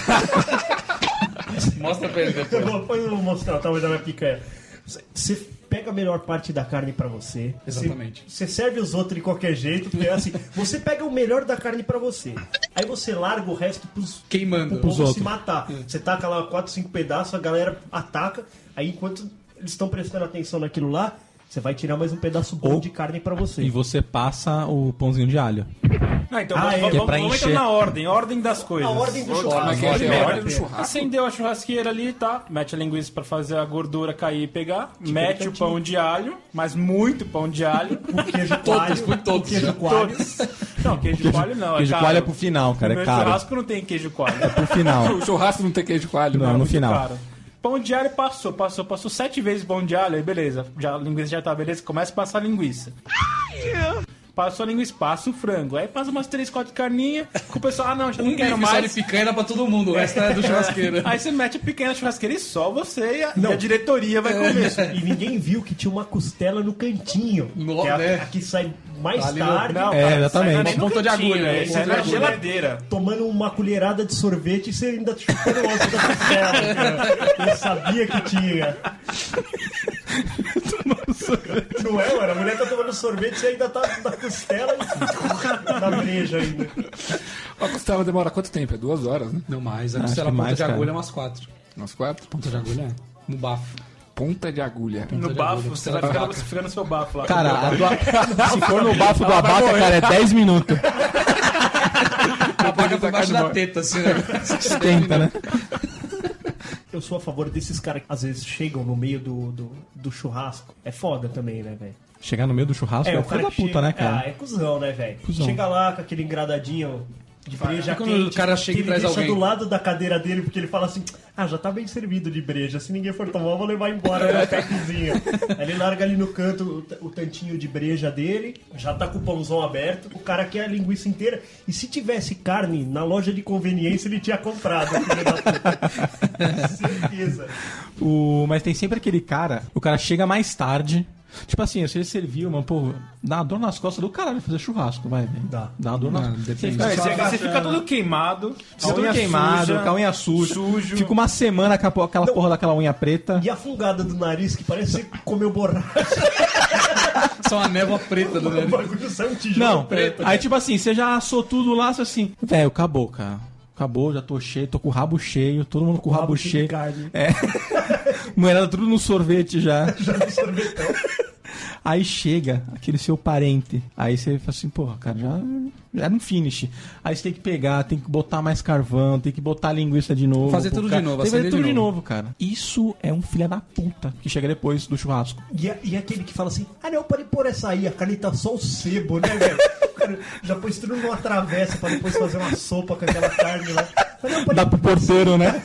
F: Mostra pra ele
C: Eu
F: depois.
C: vou- Depois eu vou mostrar, talvez ela picanha. Você- Você pega a melhor parte da carne pra você.
F: Exatamente.
C: Você, você serve os outros de qualquer jeito. porque é assim, você pega o melhor da carne pra você. Aí você larga o resto pros
F: Queimando.
C: pro
B: Os
C: povo se
B: outros.
C: matar.
D: É.
C: Você taca lá 4, 5 pedaços, a galera ataca. Aí enquanto eles estão prestando atenção naquilo lá, você vai tirar mais um pedaço bom
B: Ou-
C: de carne pra você.
B: E você passa o pãozinho de alho.
E: Não, então
C: Ah,
E: vamos,
C: é.
E: vamos,
C: Que é
B: pra
E: vamos
B: encher.
E: entrar na ordem, ordem das coisas.
C: A ordem do
D: Mas
C: churrasco.
D: que é a
E: Primeiro,
D: ordem do churrasco.
E: Acendeu a churrasqueira ali, tá? Mete a linguiça pra fazer a gordura cair e pegar. mete o pão de alho, mas muito pão de alho.
C: O queijo coalho,
F: fui todos,
C: o queijo
F: já.
C: coalho.
E: Não, queijo coalho não.
B: Queijo
E: caro.
B: coalho é pro final,
E: No
B: cara. É
E: meu
B: caro.
E: churrasco não tem queijo coalho.
B: Pro final.
D: O churrasco não tem queijo coalho, né?
B: Não, no
D: não.
B: final.
E: Cara, pão de alho passou, passou, passou sete vezes pão de alho, aí beleza. Já, a linguiça já tá, beleza. Começa a passar a linguiça. Passou a linguiça, passa o frango. Aí passa umas três, quatro carninhas. Com o pessoal, ah não, já não
F: Um bife
E: quero
F: só de
E: mais.
F: picanha dá pra todo mundo, o resto é do churrasqueiro.
E: Aí você mete a picanha na churrasqueira e só você e a, e a diretoria
B: É.
E: vai comer.
C: E ninguém viu que tinha uma costela no cantinho.
F: No-
C: que é a,
F: né? Tá
C: a que sai mais
F: Ali no-
C: tarde.
E: Não,
B: É,
E: cara,
B: exatamente.
E: isso aí não é nem no
F: Ponta de
E: cantinho,
F: agulha,
E: né?
F: né?
E: Isso aí é
F: Ponta
E: na
F: de agulha.
E: geladeira.
C: Tomando uma colherada de sorvete e você ainda chupando o osso da costela. cara. Eu sabia que tinha. Não é, mano? A mulher tá tomando sorvete e você ainda tá na costela e na breja ainda.
D: A costela Tá demora quanto tempo? É duas horas, né?
F: Não mais, a
B: Acho
F: costela
B: que
F: ponta
B: mais,
F: de
B: cara.
F: agulha é umas quatro.
D: Nós quatro.
F: Ponta de agulha é? No bafo.
D: Ponta de agulha.
C: Hum.
E: No
F: de
E: bafo,
F: agulha,
E: você
F: costela
E: vai ficar,
F: de vaca.
E: você fica no seu bafo lá.
B: Cara, a tua- se for no bafo do abaca, cara, é 10 minutos.
F: A vaca por baixo da teta, assim, né?
B: Tenta, né?
C: Eu sou a favor desses caras que às vezes chegam no meio do, do, do churrasco. É foda também, né, velho?
B: Chegar no meio do churrasco é, o filho da
C: que
B: puta,
C: chega-
B: né, cara?
C: Ah, é cuzão, né, velho?
B: Cuzão.
C: Chega lá com aquele engradadinho de breja
F: E É quando
C: quente,
F: o cara chega
C: que
F: e
C: ele
F: traz
C: deixa
F: alguém?
C: do lado da cadeira dele, porque ele fala assim, ah, já tá bem servido de breja, se ninguém for tomar, eu vou levar embora na packzinho. Aí ele larga ali no canto o t- o, tantinho de breja dele, já tá com o pãozão aberto, o cara quer a linguiça inteira, e se tivesse carne, na loja de conveniência ele tinha comprado. filho da puta. Certeza.
B: O... Mas tem sempre aquele cara, o cara chega mais tarde. Tipo assim, se ele serviu, mano, pô, dá uma dor nas costas do caralho fazer churrasco, vai, velho.
C: Dá.
B: Dá uma dor nas
F: Ah,
B: costas.
F: depende.
E: Não, você, você fica todo queimado,
B: Fica tudo queimado,
E: suja.
B: com a unha suja.
E: sujo.
B: Fica uma semana com a- aquela porra daquela unha preta.
C: E a fungada do nariz, que parece que você comeu borracha,
F: Só uma névoa preta do
C: o
F: nariz.
C: bagulho sai um tijolo
B: Não,
F: preto.
B: aí tipo assim, você já assou tudo lá, você assim, velho, acabou, cara. Acabou, já tô cheio, tô com o rabo cheio, todo mundo com o rabo,
C: rabo cheio
B: cheio.
C: de carne.
B: É. Mulherada tudo no sorvete já.
C: já no sorvetão.
B: Aí chega aquele seu parente. Aí você fala assim, porra, cara, já, já era um finish. Aí você tem que pegar, tem que botar mais carvão, tem que botar linguiça de novo.
F: Fazer
B: pô,
F: tudo
B: cara.
F: de novo,
B: Tem que fazer
F: acender
B: tudo
F: de
B: de novo, cara. Isso é um filho da puta que chega depois do churrasco.
C: E, a- e aquele que fala assim, ah não, pode pôr essa aí, a carne tá só o sebo, né, velho? O cara já pôs tudo numa travessa pra depois fazer uma sopa com aquela carne lá. Ah, não, pode...
B: Dá pro porteiro, né?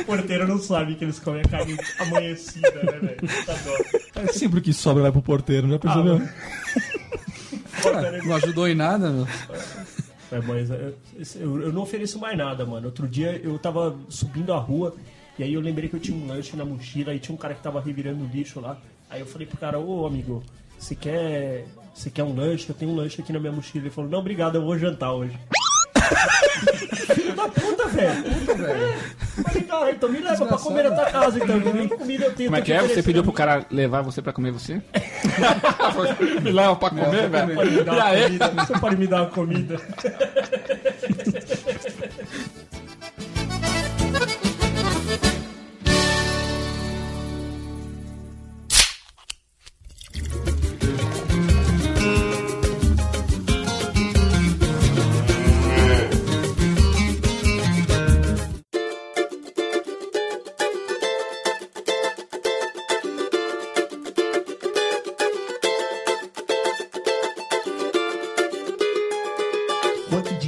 C: O porteiro não sabe que eles comem a carne amanhecida, né, velho? Tá bom.
B: É sempre o que sobra vai pro porteiro, é já percebeu?
F: Cara, não ajudou em nada, meu.
C: É, mas eu, eu- eu não ofereço mais nada, mano. Outro dia eu tava subindo a rua e aí eu lembrei que eu tinha um lanche na mochila e tinha um cara que tava revirando lixo lá. Aí eu falei pro cara, ô amigo, você quer. Você quer um lanche? Eu tenho um lanche aqui na minha mochila. Ele falou, não, obrigado, eu vou jantar hoje. Filho da puta, velho. Puta, velho. Falei, cara, então me leva pra comer na tua casa, então. que Nem comida eu tenho.
D: Como é
C: tô
D: que
C: te
D: é? Você
C: oferecendo.
D: pediu pro cara levar você pra comer você? Me leva pra comer, velho.
C: Pode me
D: E
C: dar uma
D: aí?
C: comida? Você pode me dar uma comida?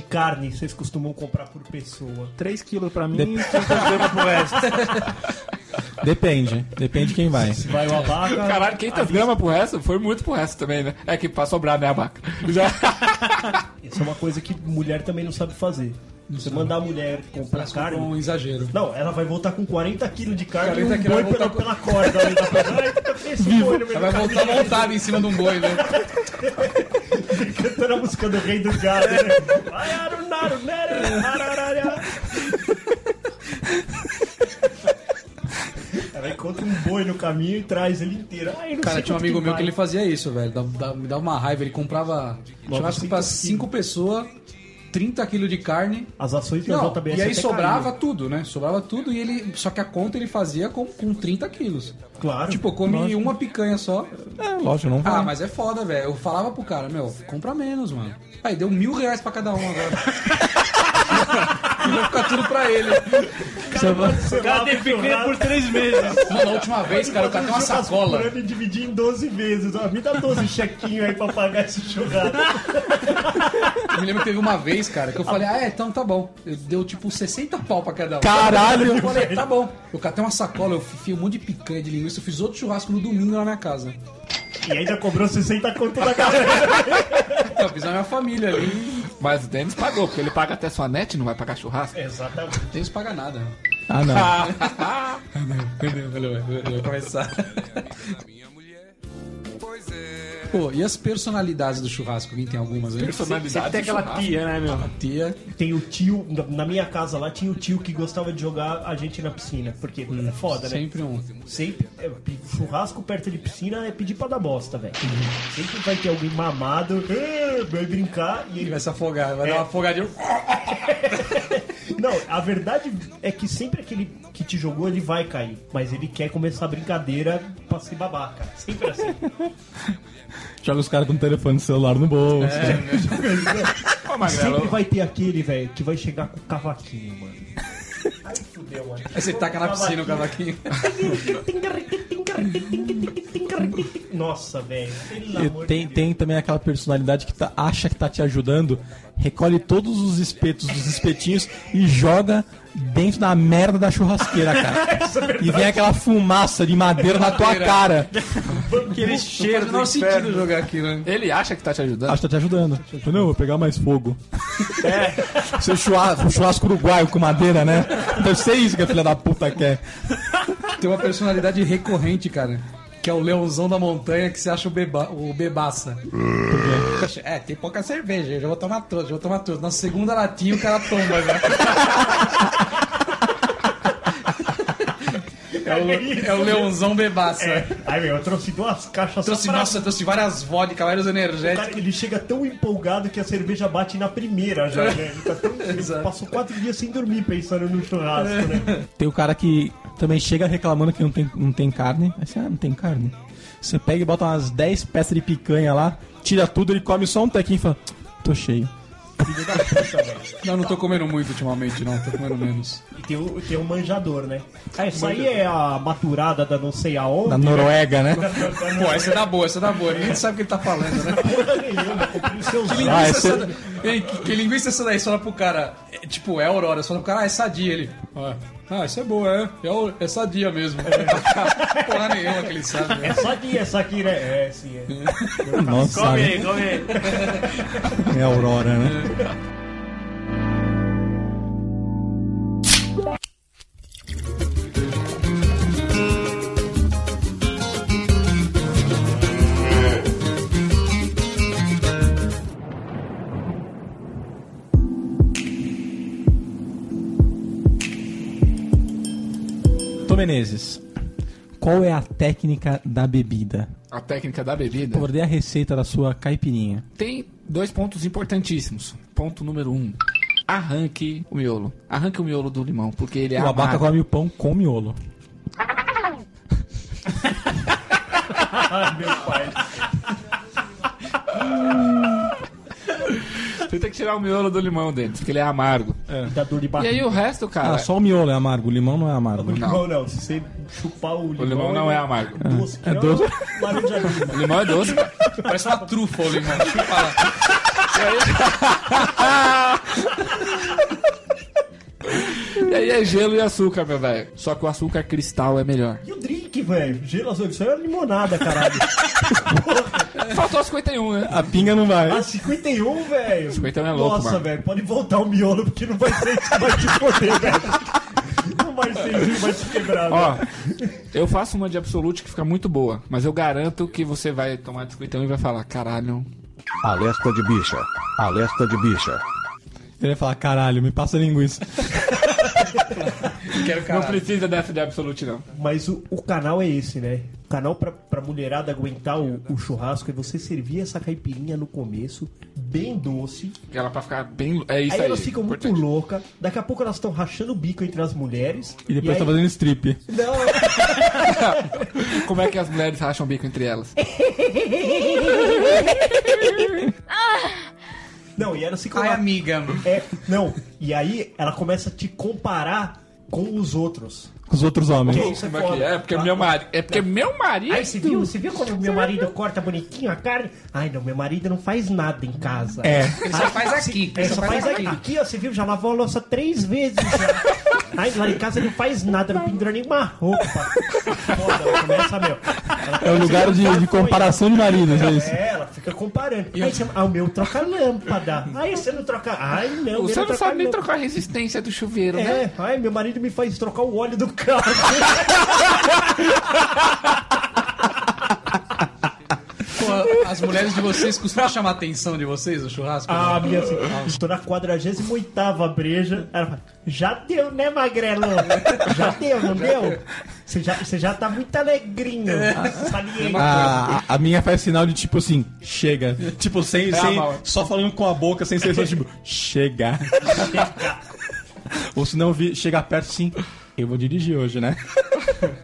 C: carne vocês costumam comprar por pessoa?
E: 3 quilos pra mim.
B: Dep-
E: cinco gramas pro resto.
B: Depende, depende quem vai.
C: Se vai o abaca.
D: Caralho, 500 gramas pro resto? Foi muito pro resto também, né? É que pra sobrar, né, a vaca? Já...
C: Isso é uma coisa que mulher também não sabe fazer. Você mandar a mulher comprar
F: Parece que foi
C: carne.
F: um exagero.
C: Não, ela vai voltar com 40 quilos de carne e
F: 40
C: um
F: quilos,
C: boi
F: ela
C: pela,
F: volta
C: pela corda ali da perna. Ai, puta, pensa um boi no meio do
F: Ela vai voltar
C: caminho,
F: montada em cima de um boi, né?
C: Cantando a música do rei do gado. né? Ai, aru, naru, neru, ararara. Ela encontra um boi no caminho e traz ele inteiro. Ai, não
F: Cara,
C: sei
F: tinha um
C: quanto
F: amigo meu
C: vai.
F: que ele fazia isso, velho. Dá- dá- Me dava uma raiva. Ele comprava churrasco
C: cinco
F: pra
C: quilos.
F: cinco pessoas, 30 quilos de carne.
C: As ações da
F: Não,
C: JBS
F: e aí
C: até
F: sobrava
C: caíram.
F: tudo, né? Sobrava tudo e ele. Só que a conta ele fazia com, com 30 quilos.
C: Claro.
F: Tipo, eu comi uma picanha só.
B: É, lógico, não vai.
F: Ah, mas é foda, velho. Eu falava pro cara, meu, compra menos, mano. Aí deu mil reais pra cada um agora. E vai ficar tudo pra ele.
C: Sei
E: O cara
C: lá,
E: teve picanha por
C: churrasco.
E: 3 meses.
F: Mano, a última vez, cara, o cara tem uma
C: Churrasco por
F: sacola.
C: ano um e dividir em 12 vezes. Ó, me dá 12 chequinhos aí pra pagar esse churrasco.
F: Eu me lembro que teve uma vez, cara, que eu falei, ah, é, então tá bom. Eu- Deu tipo 60 pau pra cada um.
B: Caralho!
F: Eu falei, tá bom. Eu catei uma sacola, eu fiz um monte de picanha de linguiça, eu fiz outro churrasco no domingo lá na minha casa.
C: E ainda cobrou 60 conto da galera.
F: Eu fiz na minha família ali.
D: Mas o Denis pagou, porque ele paga até sua net, não vai pagar churrasco.
C: Exatamente.
F: Não tem isso paga nada.
B: Ah, não.
F: Entendeu? Valeu, valeu, valeu. começar. Pô, e as personalidades do churrasco? Alguém tem algumas aí?
D: Personalidade.
E: Sempre tem aquela tia, né, meu?
F: Tia.
C: Tem o tio, na- na minha casa lá tinha o tio que gostava de jogar a gente na piscina. Porque é foda, né?
F: Hum, Sempre um.
C: Sempre. é, pe- churrasco perto de piscina é pedir pra dar bosta, velho. Sempre vai ter alguém mamado, "Ah", vai brincar e
F: Ele
C: ele
F: vai se afogar, vai
C: É.
F: dar uma afogadinha.
C: Não, a verdade é que sempre aquele que te jogou, ele vai cair. Mas ele quer começar a brincadeira pra se babar, cara. Sempre assim.
B: Joga os caras com o telefone celular no bolso.
C: Sempre vai ter aquele, velho, que vai chegar com o cavaquinho, mano. Ai, fudeu, mano.
F: Aí você taca na piscina o cavaquinho.
C: Nossa, velho. Pelo
B: E
C: amor de
B: tem,
C: Deus.
B: tem também aquela personalidade que tá- acha que tá te ajudando, recolhe todos os espetos dos espetinhos e joga dentro da merda da churrasqueira, cara. e vem aquela fumaça de é madeira na tua cara.
E: Aquele cheiro
F: Não
E: do
F: faz o menor sentido
E: inferno.
F: jogar aqui, né?
D: Ele acha que tá te ajudando?
B: Acho que tá te ajudando. Não, vou pegar mais fogo. É. Seu churrasco, churrasco uruguaio com madeira, né? Deve ser isso que a filha da puta quer.
F: Tem uma personalidade recorrente, cara. Que é o leãozão da montanha que se acha o, beba, o bebaça. É, tem pouca cerveja, eu já vou tomar todas, já vou tomar todas. Na segunda latinha o cara tomba né? já. É o, é o leãozão bebaça.
E: É.
C: Ai, meu, eu trouxe duas caixas
F: Trouxe,
C: só pra...
F: nossa, trouxe várias vodka, vários energéticos.
C: Cara, ele chega tão empolgado que a cerveja bate na primeira
F: É.
C: já, né? Ele tá tão- ele passou quatro dias sem dormir pensando no churrasco,
F: É.
C: né?
B: Tem o cara que também chega reclamando que não tem, não tem carne. Aí você, ah, não tem carne. Você pega e bota umas 10 peças de picanha lá, tira tudo, ele come só um tequinho e fala, tô cheio.
F: Não, não tô comendo muito ultimamente, não, tô comendo menos.
C: E tem o, tem o manjador, né? Ah, isso aí é a maturada da não sei aonde.
B: Da Noruega, né?
F: Pô, essa é da boa, essa é da boa, ninguém sabe o que ele tá falando, né?
C: Porra nenhuma, comprei os seus
F: Que
B: Ah,
F: linguiça,
B: esse-
F: é essa... da- Ei, que, que linguiça é essa daí? Você fala pro cara, é, tipo, é Aurora. Você fala pro cara, ah, é sadia. Ele, ah, ah, isso é boa, é, é, o- é sadia mesmo. Porra nenhuma que ele sabe. né?
C: É só de essa aqui, né? É, sim, é.
B: Nossa, né?
E: Come
B: sabe?
E: aí, come aí.
B: é Aurora, né? Tom Menezes, qual é a técnica da bebida?
D: A técnica da bebida.
B: Por dê a receita da sua caipirinha.
D: Tem dois pontos importantíssimos. Ponto número um. Arranque o miolo. Arranque o miolo do limão, porque ele é
B: o abaca
D: amargo.
B: come o pão com miolo.
D: Você tem que tirar o miolo do limão dele, porque ele é amargo.
C: Dá dor de
D: E
C: barriga.
D: aí o resto,
B: Ah,
D: cara...
B: só o miolo é amargo, o limão não é amargo.
C: O limão não, se você chupar o
D: O
C: limão.
D: limão não é amargo.
C: Doce, que
B: É
C: não
B: doce.
C: Laranja lima.
D: O limão é doce.
F: Parece uma trufa o limão. Chupa lá.
D: E aí é gelo e açúcar, meu velho. Só que o açúcar cristal é melhor.
C: E o drink, velho? Gelo azul, isso aí é limonada, caralho.
D: Faltou as 51, né?
B: A pinga não vai.
C: Ah, 51, velho.
D: 51 é louco,
C: Nossa,
D: mano.
C: velho, pode voltar o miolo, porque não vai ser isso que vai te foder, velho. Não vai ser isso que vai te quebrar, velho.
D: Ó, eu faço uma de Absolute que fica muito boa, mas eu garanto que você vai tomar de 51 e vai falar, caralho.
K: Alerta de bicha. Alerta de bicha.
B: Ele ia falar, caralho, me passa a linguiça.
F: Quero
D: Não precisa dessa de Absolute, não.
C: Mas o, o canal é esse, né? O canal pra, pra mulherada aguentar o, o churrasco é você servir essa caipirinha no começo, bem doce.
D: Ela pra ficar bem. É isso
C: Aí,
D: aí.
C: elas ficam muito
D: importante.
C: loucas. Daqui a pouco elas estão rachando o bico entre as mulheres.
B: E depois
C: aí...
B: tá fazendo strip.
C: Não, é,
D: Como é que as mulheres racham o bico entre elas?
C: não, e elas ficam
F: Ai,
C: lá-
F: amiga.
C: É, não. E aí ela começa a te comparar com os outros.
B: Com os outros homens.
C: Que isso é
D: Como é que
C: foda.
D: é? É Porque meu marido. É porque meu marido.
C: Aí você viu, você viu como meu marido corta bonitinho a carne? Ai não, meu marido não faz nada em casa. É.
F: Ele só faz aqui.
C: É, só faz aqui. ó, você viu? Já lavou a louça três vezes. já. Ai, lá em casa ele não faz nada, não pendura nenhuma roupa. Foda, começa, meu. Ela
B: É o lugar de, de comparação de maridos, é isso.
C: É, ela fica comparando. Aí você, ah, o meu troca lâmpada. Aí você não troca. Ai, não, meu
D: Você não
C: troca
D: sabe nem
C: lâmpada.
D: trocar tá a resistência do chuveiro, né?
C: É, ai, meu marido me faz trocar o óleo do carro.
F: Pô, as mulheres de vocês costumam chamar a atenção de vocês no churrasco?
C: Ah, minha senhora. Estou na 48 breja. Ela fala, já deu, né, magrelo? Já deu, não deu? Você já, você já tá muito alegrinho. Saliente.
B: A, a- a minha faz sinal de tipo assim, chega. Tipo, sem,
D: a
B: sem
D: Mauro.
B: só falando com a boca, sem ser só tipo, chega. Ou se não vi- chega perto assim, eu vou dirigir hoje, né?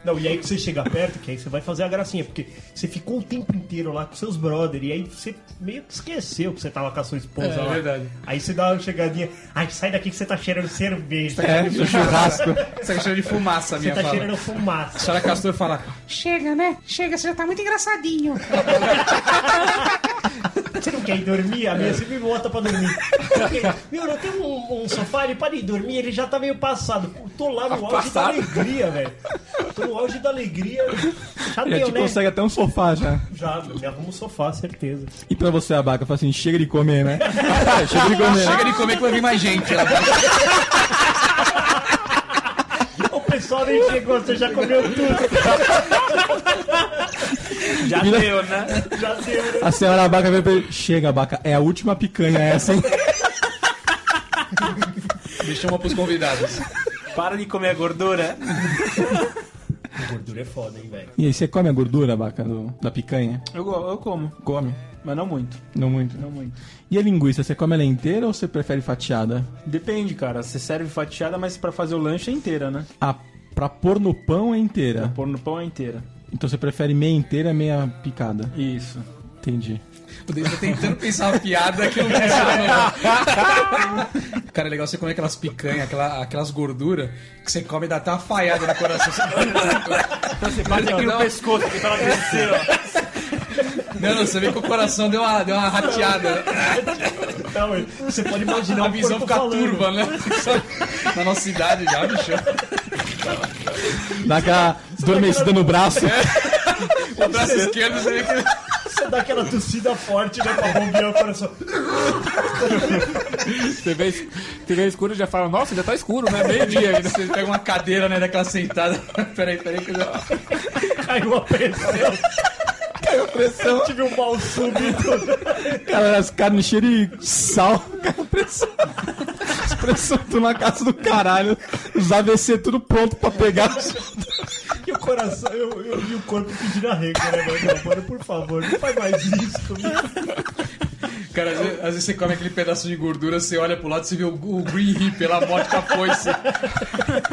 C: Não, e aí que você chega perto, que aí você vai fazer a gracinha, porque você ficou o tempo inteiro lá com seus brother, e aí você meio que esqueceu que você tava com a sua esposa
F: É,
C: lá.
F: verdade.
C: Aí você dá uma chegadinha, ai, sai daqui que você tá cheirando cerveja.
B: É, no churrasco.
F: Essa questão de fumaça,
C: Você
F: minha
C: tá
F: fala.
C: cheirando fumaça.
F: A senhora Castor fala,
K: Chega, né? Chega, você já tá muito engraçadinho.
C: Você não quer ir dormir? A minha
B: É.
C: sempre me bota pra dormir. Porque, Meu, não tem um, um sofá, ele para de dormir, ele já tá meio passado. Pô, Tô lá no auge da
D: Passado?
C: alegria, velho. Tô no auge da alegria. Já
B: Já
C: deu,
B: te
C: né?
B: consegue até um sofá já.
C: Já, me arruma um sofá, certeza.
B: E pra você, Abaca, fala assim, chega de comer, né? chega de comer.
F: "Ah, chega de comer que vai vir mais gente. Ela fala,
C: O pessoal nem chegou, você já comeu tudo.
E: Já
B: Vira-
E: deu, né?
C: Já deu, né?
B: A senhora Abaca veio pra ele, chega, Abaca, é a última picanha essa, hein?
F: Me chama pros convidados.
E: Para de comer a gordura.
C: Gordura é foda, hein, velho.
B: E aí, você come a gordura, Abaca, do- da picanha?
E: Eu, go- eu como,
B: Come.
E: mas não muito.
B: Não muito.
E: Não muito.
B: E a linguiça, você come ela inteira ou você prefere fatiada?
E: Depende, cara. Você serve fatiada, mas pra fazer o lanche é inteira, né?
B: Ah, pra pôr no pão é inteira.
E: Pôr no pão é inteira.
B: Então você prefere meia inteira, meia picada.
E: Isso.
B: Entendi.
F: O Denis tá tentando pensar uma piada que não funciona. Cara, é legal você comer aquelas picanhas, aquela- aquelas gorduras que você come e dá até uma falhada no coração.
E: Você bate aqui no pescoço, que ela crescer, ó.
F: Não, não, você vê que o coração deu uma, deu uma rateada.
C: Não, você pode imaginar
F: A
C: o
F: visão
C: corpo
F: fica
C: falando.
F: turva, né? Só Na nossa idade já, bicho.
B: Dá aquela adormecida no braço.
F: O braço esquerdo você vê que.
C: Você dá aquela tossida forte, né? Pra bombear o coração.
D: Você vê, você vê escuro e já fala, nossa, já tá escuro, né? Meio dia ainda.
F: Você pega uma cadeira, né, daquela sentada. Peraí, peraí, que eu já.
C: Caiu a pressão. Caiu a pressão. Tive um mal súbito.
B: Cara, as carnes cheias de sal. Cara, pressão. Os pressão tudo na casa do caralho. Os AVC tudo pronto pra pegar.
C: E o coração eu, eu- e o corpo pedindo arrego, né, velho? Não, mano, por favor, não faz mais isso comigo.
F: Cara, às vezes, às vezes você come aquele pedaço de gordura, você olha pro lado e você vê o, o Green Reaper lá morte com a foice.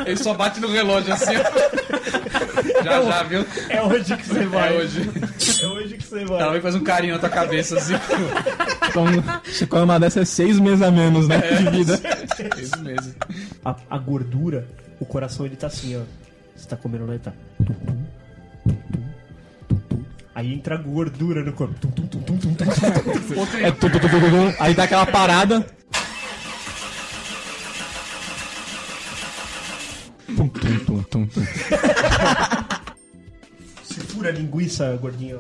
F: Ele só bate no relógio assim. ó. Já, já, viu?
C: É hoje que você vai.
F: É hoje.
C: É hoje que você
E: Tá
F: Ela
C: vai.
F: vem faz um carinho na tua cabeça assim.
B: Então, você come uma dessa é seis meses a menos, né? De vida.
F: Isso mesmo.
C: A, a gordura, o né? coração ele tá assim, ó. Você tá comendo lá e tá. Aí Aí entra gordura no corpo. Tum, tum, tum, tum, tum, tum.
B: É tu, tu, tu, tu, tu, tu. Aí dá aquela parada. Tum, tum, tum, tum, tum.
C: Se fura a linguiça, gordinho.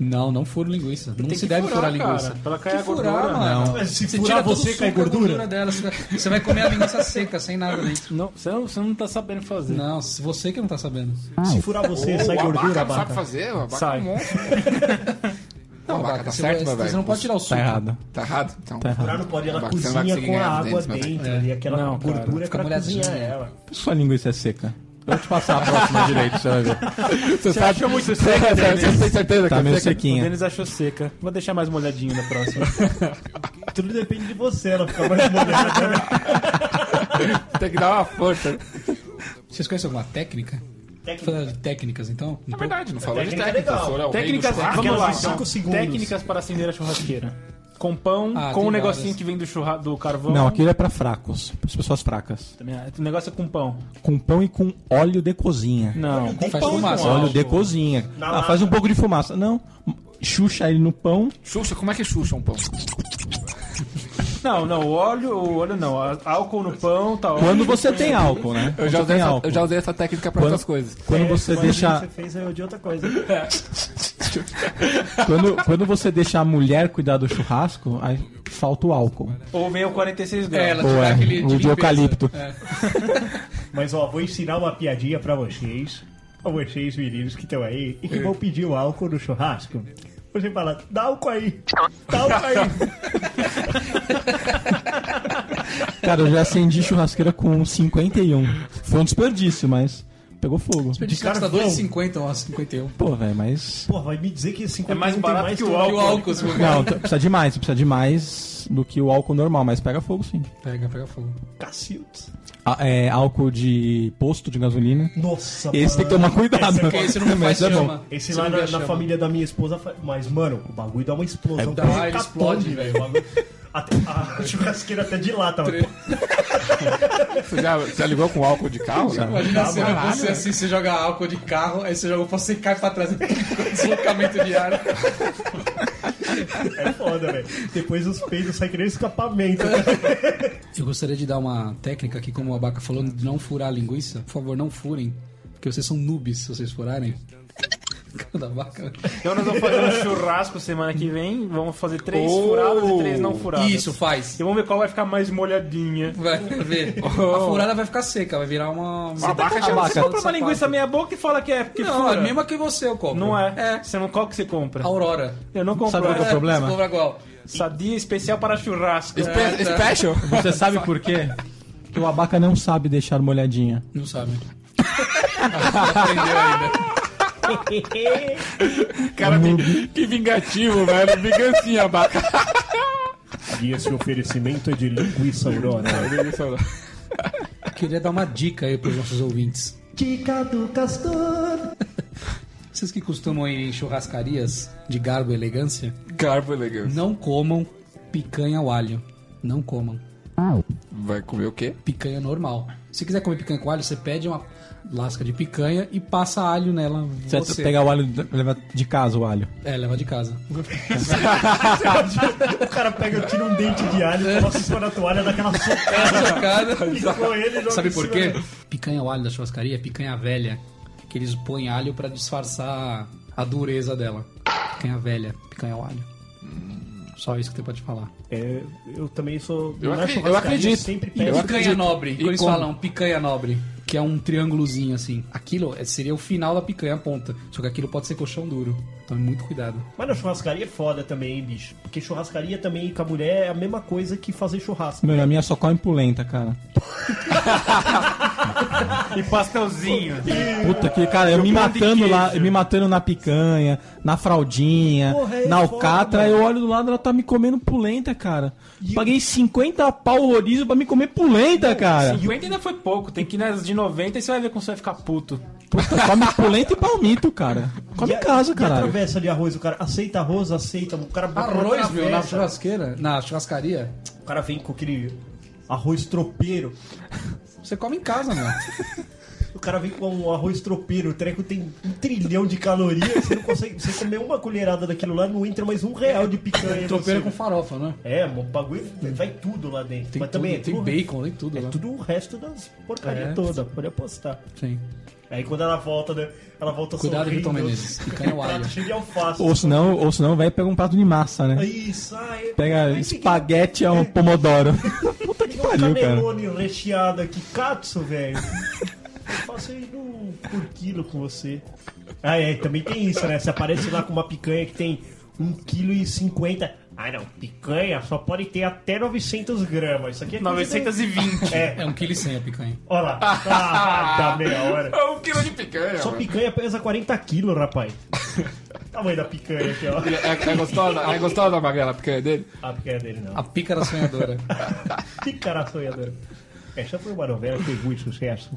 F: Não, não furo linguiça. Não se deve furar, linguiça.
E: Pra ela cair É a
F: Que furar,
E: gordura.
F: mano.
C: Mas se
F: Você
C: né? furar
F: tira todo o
C: você,
F: suco né?
C: cai
F: da gordura
C: gordura?
F: dela. Você vai- você vai comer a linguiça seca, sem nada né? dentro.
E: Não, você não, você não tá sabendo fazer.
F: Não, se você que não tá sabendo.
C: Se furar você,
D: Ô,
C: sai
D: o
C: gordura,
D: abaca, não
C: abaca.
D: sabe fazer, o abaca
E: Sai.
D: é um monstro. Não, abaca, tá
F: você,
D: certo,
F: vai-
D: vai,
F: você não pode tirar o suco.
B: Tá errado.
D: Tá errado, então.
B: Tá errado.
C: Furar não pode ir na
D: Abaca, você não vai
C: cozinha
D: conseguir
C: com a
D: ganhar os
C: água
D: dentes, mas-
C: dentro. E aquela
E: Não, cara.
C: gordura
F: É. Fica assim, né?
C: é pra
F: molhadinha.
C: cozinhar ela.
B: Sua linguiça é seca. Eu vou te passar a próxima direito, você vai ver.
D: Você sabe que é muito seca, Você tem certeza
B: Tá
D: que
B: meio
D: é seca?
E: O
B: sequinha.
E: Denis achou seca. Vou deixar mais molhadinho na próxima.
C: Tudo depende de você, ela fica mais molhada. né?
D: Tem que dar uma força. É
F: Vocês conhecem alguma técnica? Falando de técnicas, então?
D: Na verdade, não falou de
C: Técnica é
D: técnica.
C: legal.
D: Soro é o rei
E: Técnicas,
D: do churrasco.
E: vamos lá.
C: Aquelas de
E: então.
C: cinco segundos.
E: Técnicas para acender a churrasqueira. Com pão,
F: Ah,
E: com
F: tem
E: o negocinho
F: várias.
E: que vem do, churra, do carvão.
B: Não, aquilo é pra fracos. Pra pessoas fracas.
E: Também, ah, O negócio é com pão.
B: Com pão e com óleo de cozinha.
E: Não.
F: Faz fumaça.
B: Óleo de cozinha.
C: Na
B: Ah, faz um
C: lata.
B: pouco de fumaça. Não. Xuxa ele no pão.
D: Xuxa, como é que xuxa um pão?
E: Não, não. O óleo, o óleo não. á- Álcool no pão, tá ótimo.
B: Quando você tem álcool, né?
D: Eu
B: Quando
D: já,
B: você
D: usei
B: tem
D: essa,
B: álcool.
D: eu já usei essa técnica pra
B: Quando-
D: outras coisas.
B: Quando você
C: Quando
B: deixa.
C: Você fez eu de outra coisa.
B: Quando, quando você deixa a mulher cuidar do churrasco, aí falta o álcool.
E: Ou vem o 46 graus.
F: ela
B: Ou
F: tirar
B: é,
F: aquele de
B: o de
D: tipo
F: limpeza.
B: eucalipto.
D: é.
C: Mas ó, vou ensinar uma piadinha pra vocês, a vocês meninos que estão aí
E: É.
C: e que vão pedir o álcool no churrasco. Você fala, dá álcool aí, dá álcool aí.
B: Cara, eu já acendi churrasqueira com 51. Foi um desperdício, mas pegou fogo.
F: O discurso tá
C: Carvão.
F: 2,50, ó, 51.
B: Pô, velho, mas.
C: Pô, vai me dizer que esse 51
E: É mais barato que o
C: que
F: E o álcool, se bobear.
B: Não, t- precisa de mais, precisa de mais do que o álcool normal, mas pega fogo sim.
F: Pega, pega fogo.
C: Cacildes.
B: A- é, álcool de posto de gasolina.
C: Nossa,
B: Esse tem que tomar cuidado.
C: Esse,
F: Porque esse não faz
B: Mas é bom.
F: chama.
C: esse
F: Você
C: lá
F: não vê
C: na,
F: a
C: na
F: chama.
C: família da minha esposa faz. Mas, mano, o bagulho dá uma explosão.
F: É, dá,
C: parece um
F: ele
C: católico,
F: explode,
C: velho. o bagulho- Até- A churrasqueira até dilata, mano.
D: Você já, você já ligou com álcool de carro? né?
F: Imagina a cena, você assim, você joga álcool de carro, aí você joga pra você e cai pra trás. Deslocamento de ar.
C: É foda, velho. Depois os peidos saem que nem escapamento.
F: Eu gostaria de dar uma técnica aqui, como o Abaca falou, de não furar a linguiça. Por favor, não furem, porque vocês são noobs se vocês furarem. Cara da vaca.
E: Então nós vamos fazer um churrasco semana que vem. Vamos fazer três
D: Oh!
E: furadas e três não furadas.
F: Isso, faz.
E: E vamos ver qual vai ficar mais molhadinha.
F: Vai ver. A furada vai ficar seca, vai virar uma... Uma
B: tá
D: abaca
E: Você
D: chama-
E: compra uma
F: Sapato.
E: linguiça meia boca e fala que é porque
F: Não,
E: fura.
F: é a mesma que você, eu compro.
E: Não é.
F: É.
E: Você não, qual que você compra?
F: Aurora.
E: Eu não compro.
B: Sabe qual que é o
E: essa.
B: problema?
F: Você compra qual?
E: Sadia especial para churrasco.
D: É,
E: É.
D: Spe- Special?
B: Você sabe por quê? Que o abaca não sabe deixar molhadinha.
F: Não sabe. Aprendeu ainda.
D: Cara, que, que vingativo, velho. assim, Vingancinha, abaca.
C: E esse oferecimento é de linguiça aurora.
F: Queria dar uma dica aí pros nossos ouvintes.
C: Dica do Castor.
F: Vocês que costumam ir em churrascarias de garbo e elegância,
D: Garbo elegante.
F: não comam picanha ao alho. Não comam.
D: Vai comer o quê?
F: picanha normal. Se quiser comer picanha com alho, você pede uma lasca de picanha e passa alho nela.
B: Você, pegar o alho, leva de casa o alho.
F: É, leva de casa.
C: o cara pega, tira um dente de alho, coloca em cima da toalha, dá aquela socada, picou ele e joga
F: Sabe
C: em
F: por
C: cima
F: quê?
C: da-
F: Picanha ao alho da churrascaria é picanha velha, que eles põem alho pra disfarçar a dureza dela. Picanha velha, picanha ao alho.
C: Hum.
F: Só isso que você pode falar.
C: É, eu também sou.
D: Eu
C: na
D: acre- eu
C: churrascaria,
D: acredito.
C: Sempre
F: E
C: peço.
D: Eu-
F: picanha
D: acredito.
F: nobre, que
D: E
F: eles
D: como?
F: falam picanha nobre, que é um triângulozinho assim. Aquilo é- seria o final da picanha, a ponta. Só que aquilo pode ser colchão duro. Então é muito cuidado.
C: Mas na churrascaria é foda também, hein, bicho. Porque churrascaria também com a mulher é a mesma coisa que fazer churrasco.
B: Meu, na minha só come polenta, cara.
E: E pastelzinho.
B: Puta que, cara, eu me
E: Jogando de
B: matando lá,
E: queijo.
B: eu me matando na picanha, na fraldinha,
C: Porra, é
B: na
C: foda,
B: alcatra,
C: mano.
B: eu olho do lado, ela tá me comendo polenta, cara. Paguei 50 pau rodízio pra me comer polenta, cara.
E: 50 ainda foi pouco, tem que ir nas de 90 e você vai ver como você vai ficar puto.
B: Puta, come polenta e palmito, cara. Come
C: E
B: em
C: a-
B: casa,
C: e a
B: caralho.
C: travessa de arroz, o cara aceita arroz, aceita. O cara bota uma
F: Arroz, meu, na
C: travessa,
F: churrasqueira, na churrascaria,
C: O cara vem com aquele arroz tropeiro.
F: você come em casa, meu.
C: O cara vem com um arroz tropeiro, o treco tem um trilhão de calorias, você não consegue. Você comer uma colherada daquilo lá, não entra mais um real de picanha.
F: Tropeiro
C: no
F: com
C: seu.
F: farofa, né?
C: É, o bagulho vai tudo lá dentro.
F: Tem
C: Mas também
F: tudo,
C: é
F: tem
C: tudo-
F: bacon, tem tudo né?
C: É
F: lá.
C: tudo o resto das porcaria
F: É.
C: toda, pode apostar.
F: Sim.
C: Aí quando ela volta, né? Ela volta
F: Cuidado,
C: sorrindo.
F: Vitor Menezes, picanha ao
C: um
F: alho.
C: prato cheio de alface.
B: Ou senão, ou senão vai pegar um prato de massa, né?
C: Isso, aí.
B: Pega espaguete ao pomodoro. É. Puta que
C: Um
B: pariu, cara.
C: canelone recheado aqui, katsu, velho. Eu faço aí no por quilo com você. Ah, é, também tem isso, né? Você aparece lá com uma picanha que tem 1,50kg. Ah, não, picanha só pode ter até 900 gramas. Isso aqui é coisa da-
E: 920.
C: É,
F: É um quilo e cem a picanha.
C: olha lá. Ah, dá meia hora.
D: É um quilo de picanha.
C: Só
D: mano.
C: picanha pesa 40 quilos, rapaz. Tamanho da picanha aqui, ó.
D: É, é gostosa, é gostosa a magela, a picanha dele?
C: A picanha dele, não.
F: A pícara sonhadora.
C: Que cara sonhadora. Essa foi uma novela que fez muito sucesso.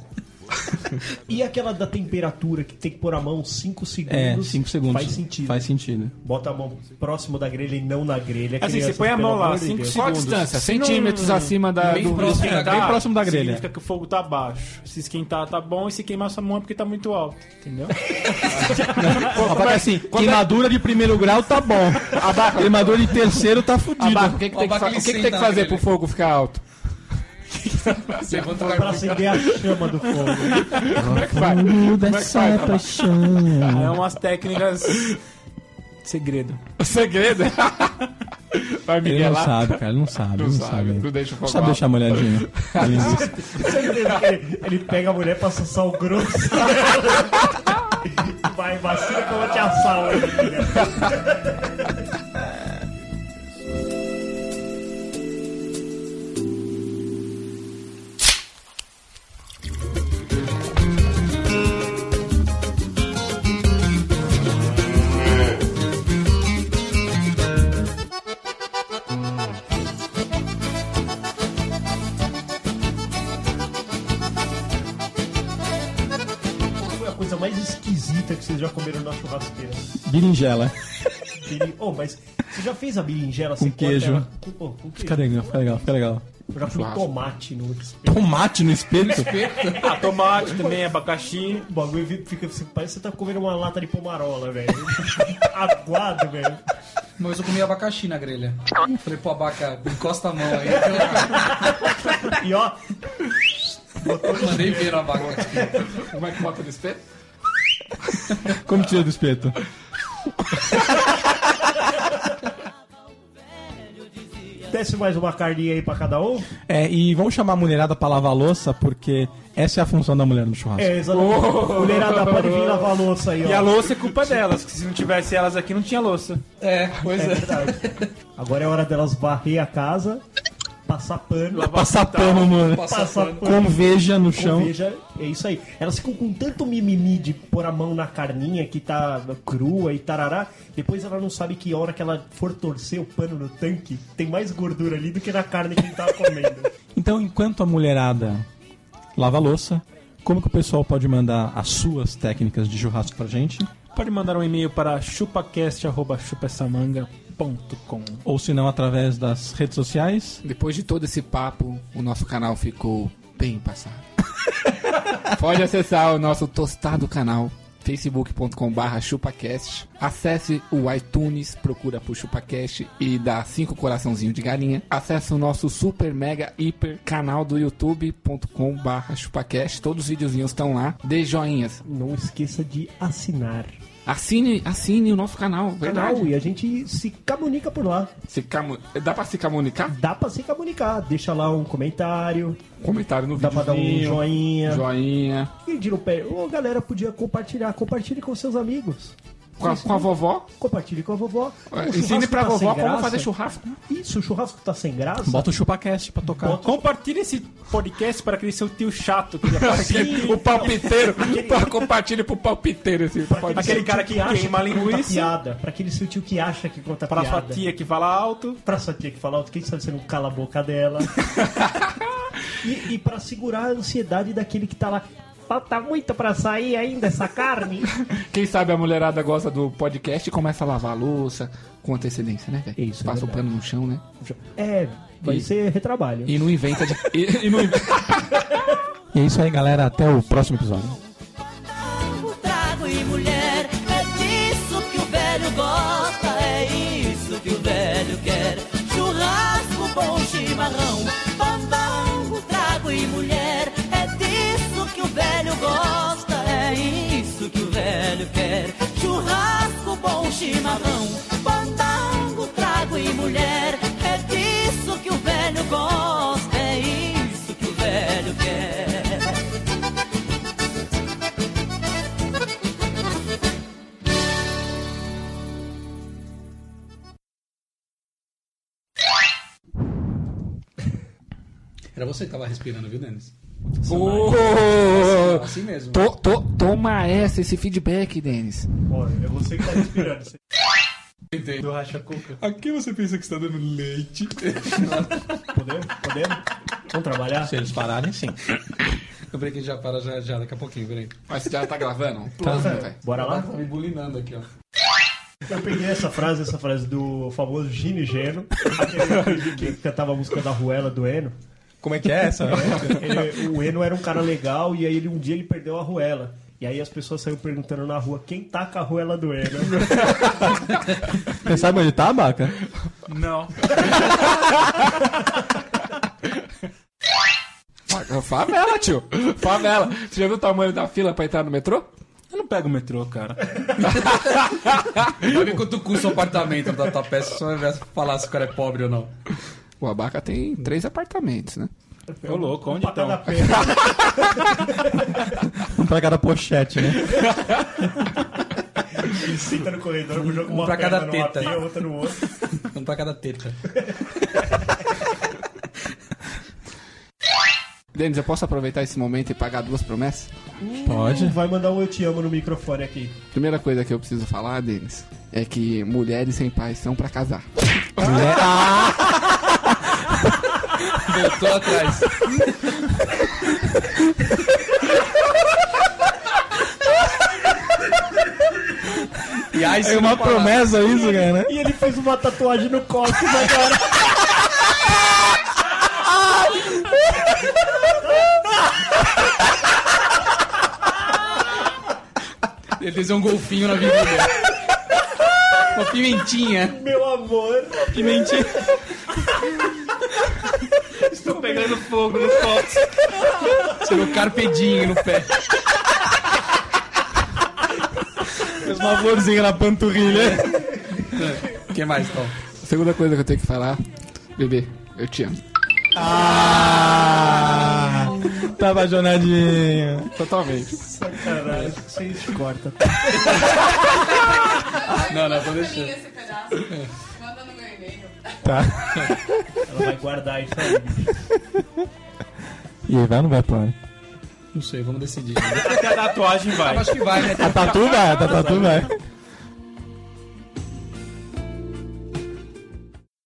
C: E aquela da temperatura que tem que pôr a mão 5 segundos.
B: É, 5 segundos.
C: Faz sentido.
B: Faz sentido.
C: Bota a mão próximo da grelha e não na grelha.
E: Assim,
C: crianças,
E: você põe a
C: pelo
E: mão lá,
C: amor de
E: 5
C: Deus.
D: Qual a
E: segundos.
D: distância?
E: Se não-
D: Centímetros acima da,
F: Bem
D: Ah, do...
F: próximo da
E: esquentar,
B: bem próximo da grelha.
E: Tá? Significa que o fogo tá baixo. Se esquentar, tá bom. E se queimar sua mão é porque tá muito alto. Entendeu?
B: Rapaz, assim, queimadura de primeiro grau tá bom. Queimadura de terceiro tá fudido.
D: Abaco, o que, que, tem, que, fa-
F: Abaco, ele
D: o que, que tem
F: senta
D: que
F: na
D: fazer
F: grelha.
D: pro fogo ficar alto?
F: Levanta o
C: Pra
F: cara.
C: acender a chama do
B: Tudo
C: fogo.
D: é que faz,
B: essa
D: Abaco?
B: paixão.
E: É umas técnicas. Segredo.
D: O segredo é... Vai
B: Ele não
D: miguelar?
B: sabe, cara, ele não sabe.
D: Não
B: ele
D: sabe, não deixa o fogo
B: Não sabe
D: alto.
B: deixar molhadinho. Ele-
C: Ele- Ele pega a mulher, passa sal grosso. Vai, vacina que eu vou te assar hoje, filha. Foi a coisa mais esquisita que vocês já comeram na churrasqueira.
B: Berinjela.
C: Biri- Oh, mas você já fez a berinjela
B: Com
C: você corta
B: queijo.
C: ela- Com, oh, com queijo.
B: Fica legal, fica legal, fica legal.
C: Eu já fui tomate no espelho.
B: Tomate no espelho?
E: Ah, tomate também, abacaxi.
C: O bagulho vi- fica assim, parece que você tá comendo uma lata de pomarola, velho. Aguado, velho.
F: Uma vez eu comi abacaxi na grelha. Falei, pô, abaca, encosta a mão aí.
C: E ó,
F: Eu mandei ver o abaca.
D: Como é que bota no espelho?
B: Como tira do espeto?
C: desce mais uma carninha aí pra cada um.
B: É, e vamos chamar a mulherada pra lavar a louça, porque essa é a função da mulher no churrasco.
C: É, exatamente. Mulherada, pode vir lavar a louça aí, ó.
E: E a louça é culpa delas, que se não tivesse elas aqui, não tinha louça.
F: É, pois é.
C: Agora é hora delas varrer a casa, passar pano.
B: Passar pano, mano.
C: Passar pano.
B: Com veja no chão.
C: Veja, é isso aí. Elas ficam com tanto mimimi de pôr a mão na carninha que tá crua e tarará. Depois ela não sabe que hora que ela for torcer o pano no tanque, tem mais gordura ali do que na carne que ele tava comendo.
B: Então, enquanto a mulherada lava a louça, como que o pessoal pode mandar as suas técnicas de churrasco pra gente?
E: Pode mandar um e-mail para chupacast.chupessamanga.com
B: Ou se não, através das redes sociais?
D: Depois de todo esse papo, o nosso canal ficou bem passado. Pode acessar o nosso tostado canal facebook.com.br chupacast acesse o iTunes procura por chupacast e dá cinco coraçãozinho de galinha acesse o nosso super mega hiper canal do youtube.com.br chupacast todos os videozinhos estão lá dê joinhas
C: Não esqueça de assinar.
D: assine assine o nosso canal verdade
C: Canal, e a gente se comunica por lá.
D: Se camu- dá pra se comunicar
C: Dá pra se comunicar. Deixa lá um comentário,
D: comentário no
C: dá pra dar um
D: vídeo
C: joinha.
D: joinha
C: E de não pé. Ô, galera, podia compartilhar. Compartilhe com seus amigos.
D: com a, com a vovó
C: Compartilhe com a vovó. O
D: Ensine
C: churrasco
D: pra
C: tá
D: vovó
C: sem
D: como
C: graça.
D: fazer churrasco. né?
C: Isso, o churrasco tá sem graça.
B: Bota o chupacast pra tocar.
E: Compartilhe Então, esse podcast para aquele seu tio chato que assim,
D: Aquele- o palpiteiro. pa- Compartilha pro palpiteiro assim, esse
C: Pra
D: podcast.
E: aquele
C: seu
E: cara
C: tio
E: que
C: acha
E: queima
C: que
E: a
C: conta
E: linguiça.
C: Piada, pra aquele seu tio que acha que conta
E: para sua
C: piada.
E: tia que fala alto.
C: Pra sua tia que fala alto, quem sabe você não cala a boca dela. e, e pra segurar a ansiedade daquele que tá lá. Falta muito pra sair ainda essa carne.
D: Quem sabe a mulherada gosta do podcast e começa a lavar a louça com antecedência, né, velho?
C: Isso, é
D: Passa o
C: verdade.
D: pano no chão, né?
C: É, vai
D: E-
C: ser retrabalho.
D: E não inventa de. E, e não inventa.
B: E é isso aí, galera. Até o próximo episódio.
L: trago e mulher. É disso que o velho gosta, é isso que o velho quer. Churrasco, bom chimarrão, bambão, trago e mulher. É disso que o velho gosta, é isso que o velho quer. Churrasco, bom chimarrão, bambão, trago e mulher. É disso que o velho gosta, é isso que o velho quer.
F: Era você que tava respirando, viu, Denis?
D: Ô,
F: Assim, assim mesmo.
D: to- to- toma essa, esse feedback, Denis.
C: É você que tá respirando.
F: Entendi.
C: Do racha cuca.
F: Aqui você pensa que está dando leite.
C: Podemos? Podemos? Vamos trabalhar?
B: Se eles pararem, sim.
F: Eu brinquei
B: Tá,
F: já para já, já daqui a pouquinho, peraí.
D: Mas você já tá gravando?
F: Tá.
D: Plus, né, velho?
C: Bora lá?
F: Tá me bulinando aqui, ó.
C: Eu peguei essa frase, essa frase do famoso Gini Geno, aquele que cantava a música da Ruela do Eno.
B: Como é que é essa?
C: Ele- o Eno era um cara legal e aí ele, um dia ele perdeu a Ruela. E aí as pessoas saíram perguntando na rua quem tá com a Ruela do Eno.
B: Você sabe onde tá, Baca?
E: Não.
D: Fa- Favela, tio. Favela. Você já viu o tamanho da fila pra entrar no metrô?
E: Eu não pego o metrô, cara.
F: Vai ver quanto custa o apartamento da tua peça, só vai falar se o cara é pobre ou não.
D: O Abaca tem três apartamentos, né?
E: Ô, louco, onde
C: Pra
E: então?
C: cada perna.
B: Um pra cada pochete, né?
C: Ele senta no corredor, um joga
F: Um
C: uma
F: pra
C: perna
F: cada
C: numa
F: teta.
C: pia, outra no outro.
F: Um pra cada teta.
D: Denis, eu posso aproveitar esse momento e pagar duas promessas?
B: Pode.
C: Vai mandar um eu te amo no microfone aqui.
D: Primeira coisa que eu preciso falar, Denis, é que mulheres sem pai são pra casar.
F: Voltou atrás. E aí,
B: É uma promessa isso, cara, né?
C: E ele fez uma tatuagem no costas agora.
F: Ele fez um golfinho na virilha. Uma pimentinha.
C: Meu amor.
B: Que mentira.
E: Tô pegando fogo no copo.
F: Tirou carpedinho no pé.
B: Fez uma florzinha na panturrilha.
F: O que mais, Tom?
D: Segunda coisa que eu tenho que falar, bebê, eu te amo.
B: Ah! Tá apaixonadinho.
D: Totalmente.
C: Caralho, vocês cortam.
F: Não, não, vou deixar.
J: esse pedaço. Manda no meu e-mail.
B: Tá.
C: Ela vai guardar isso aí.
B: E aí, vai ou não vai, pô?
F: Não sei, vamos decidir.
E: Até é a tatuagem vai.
F: Acho que vai, né?
B: A tatu vai, a tatu vai.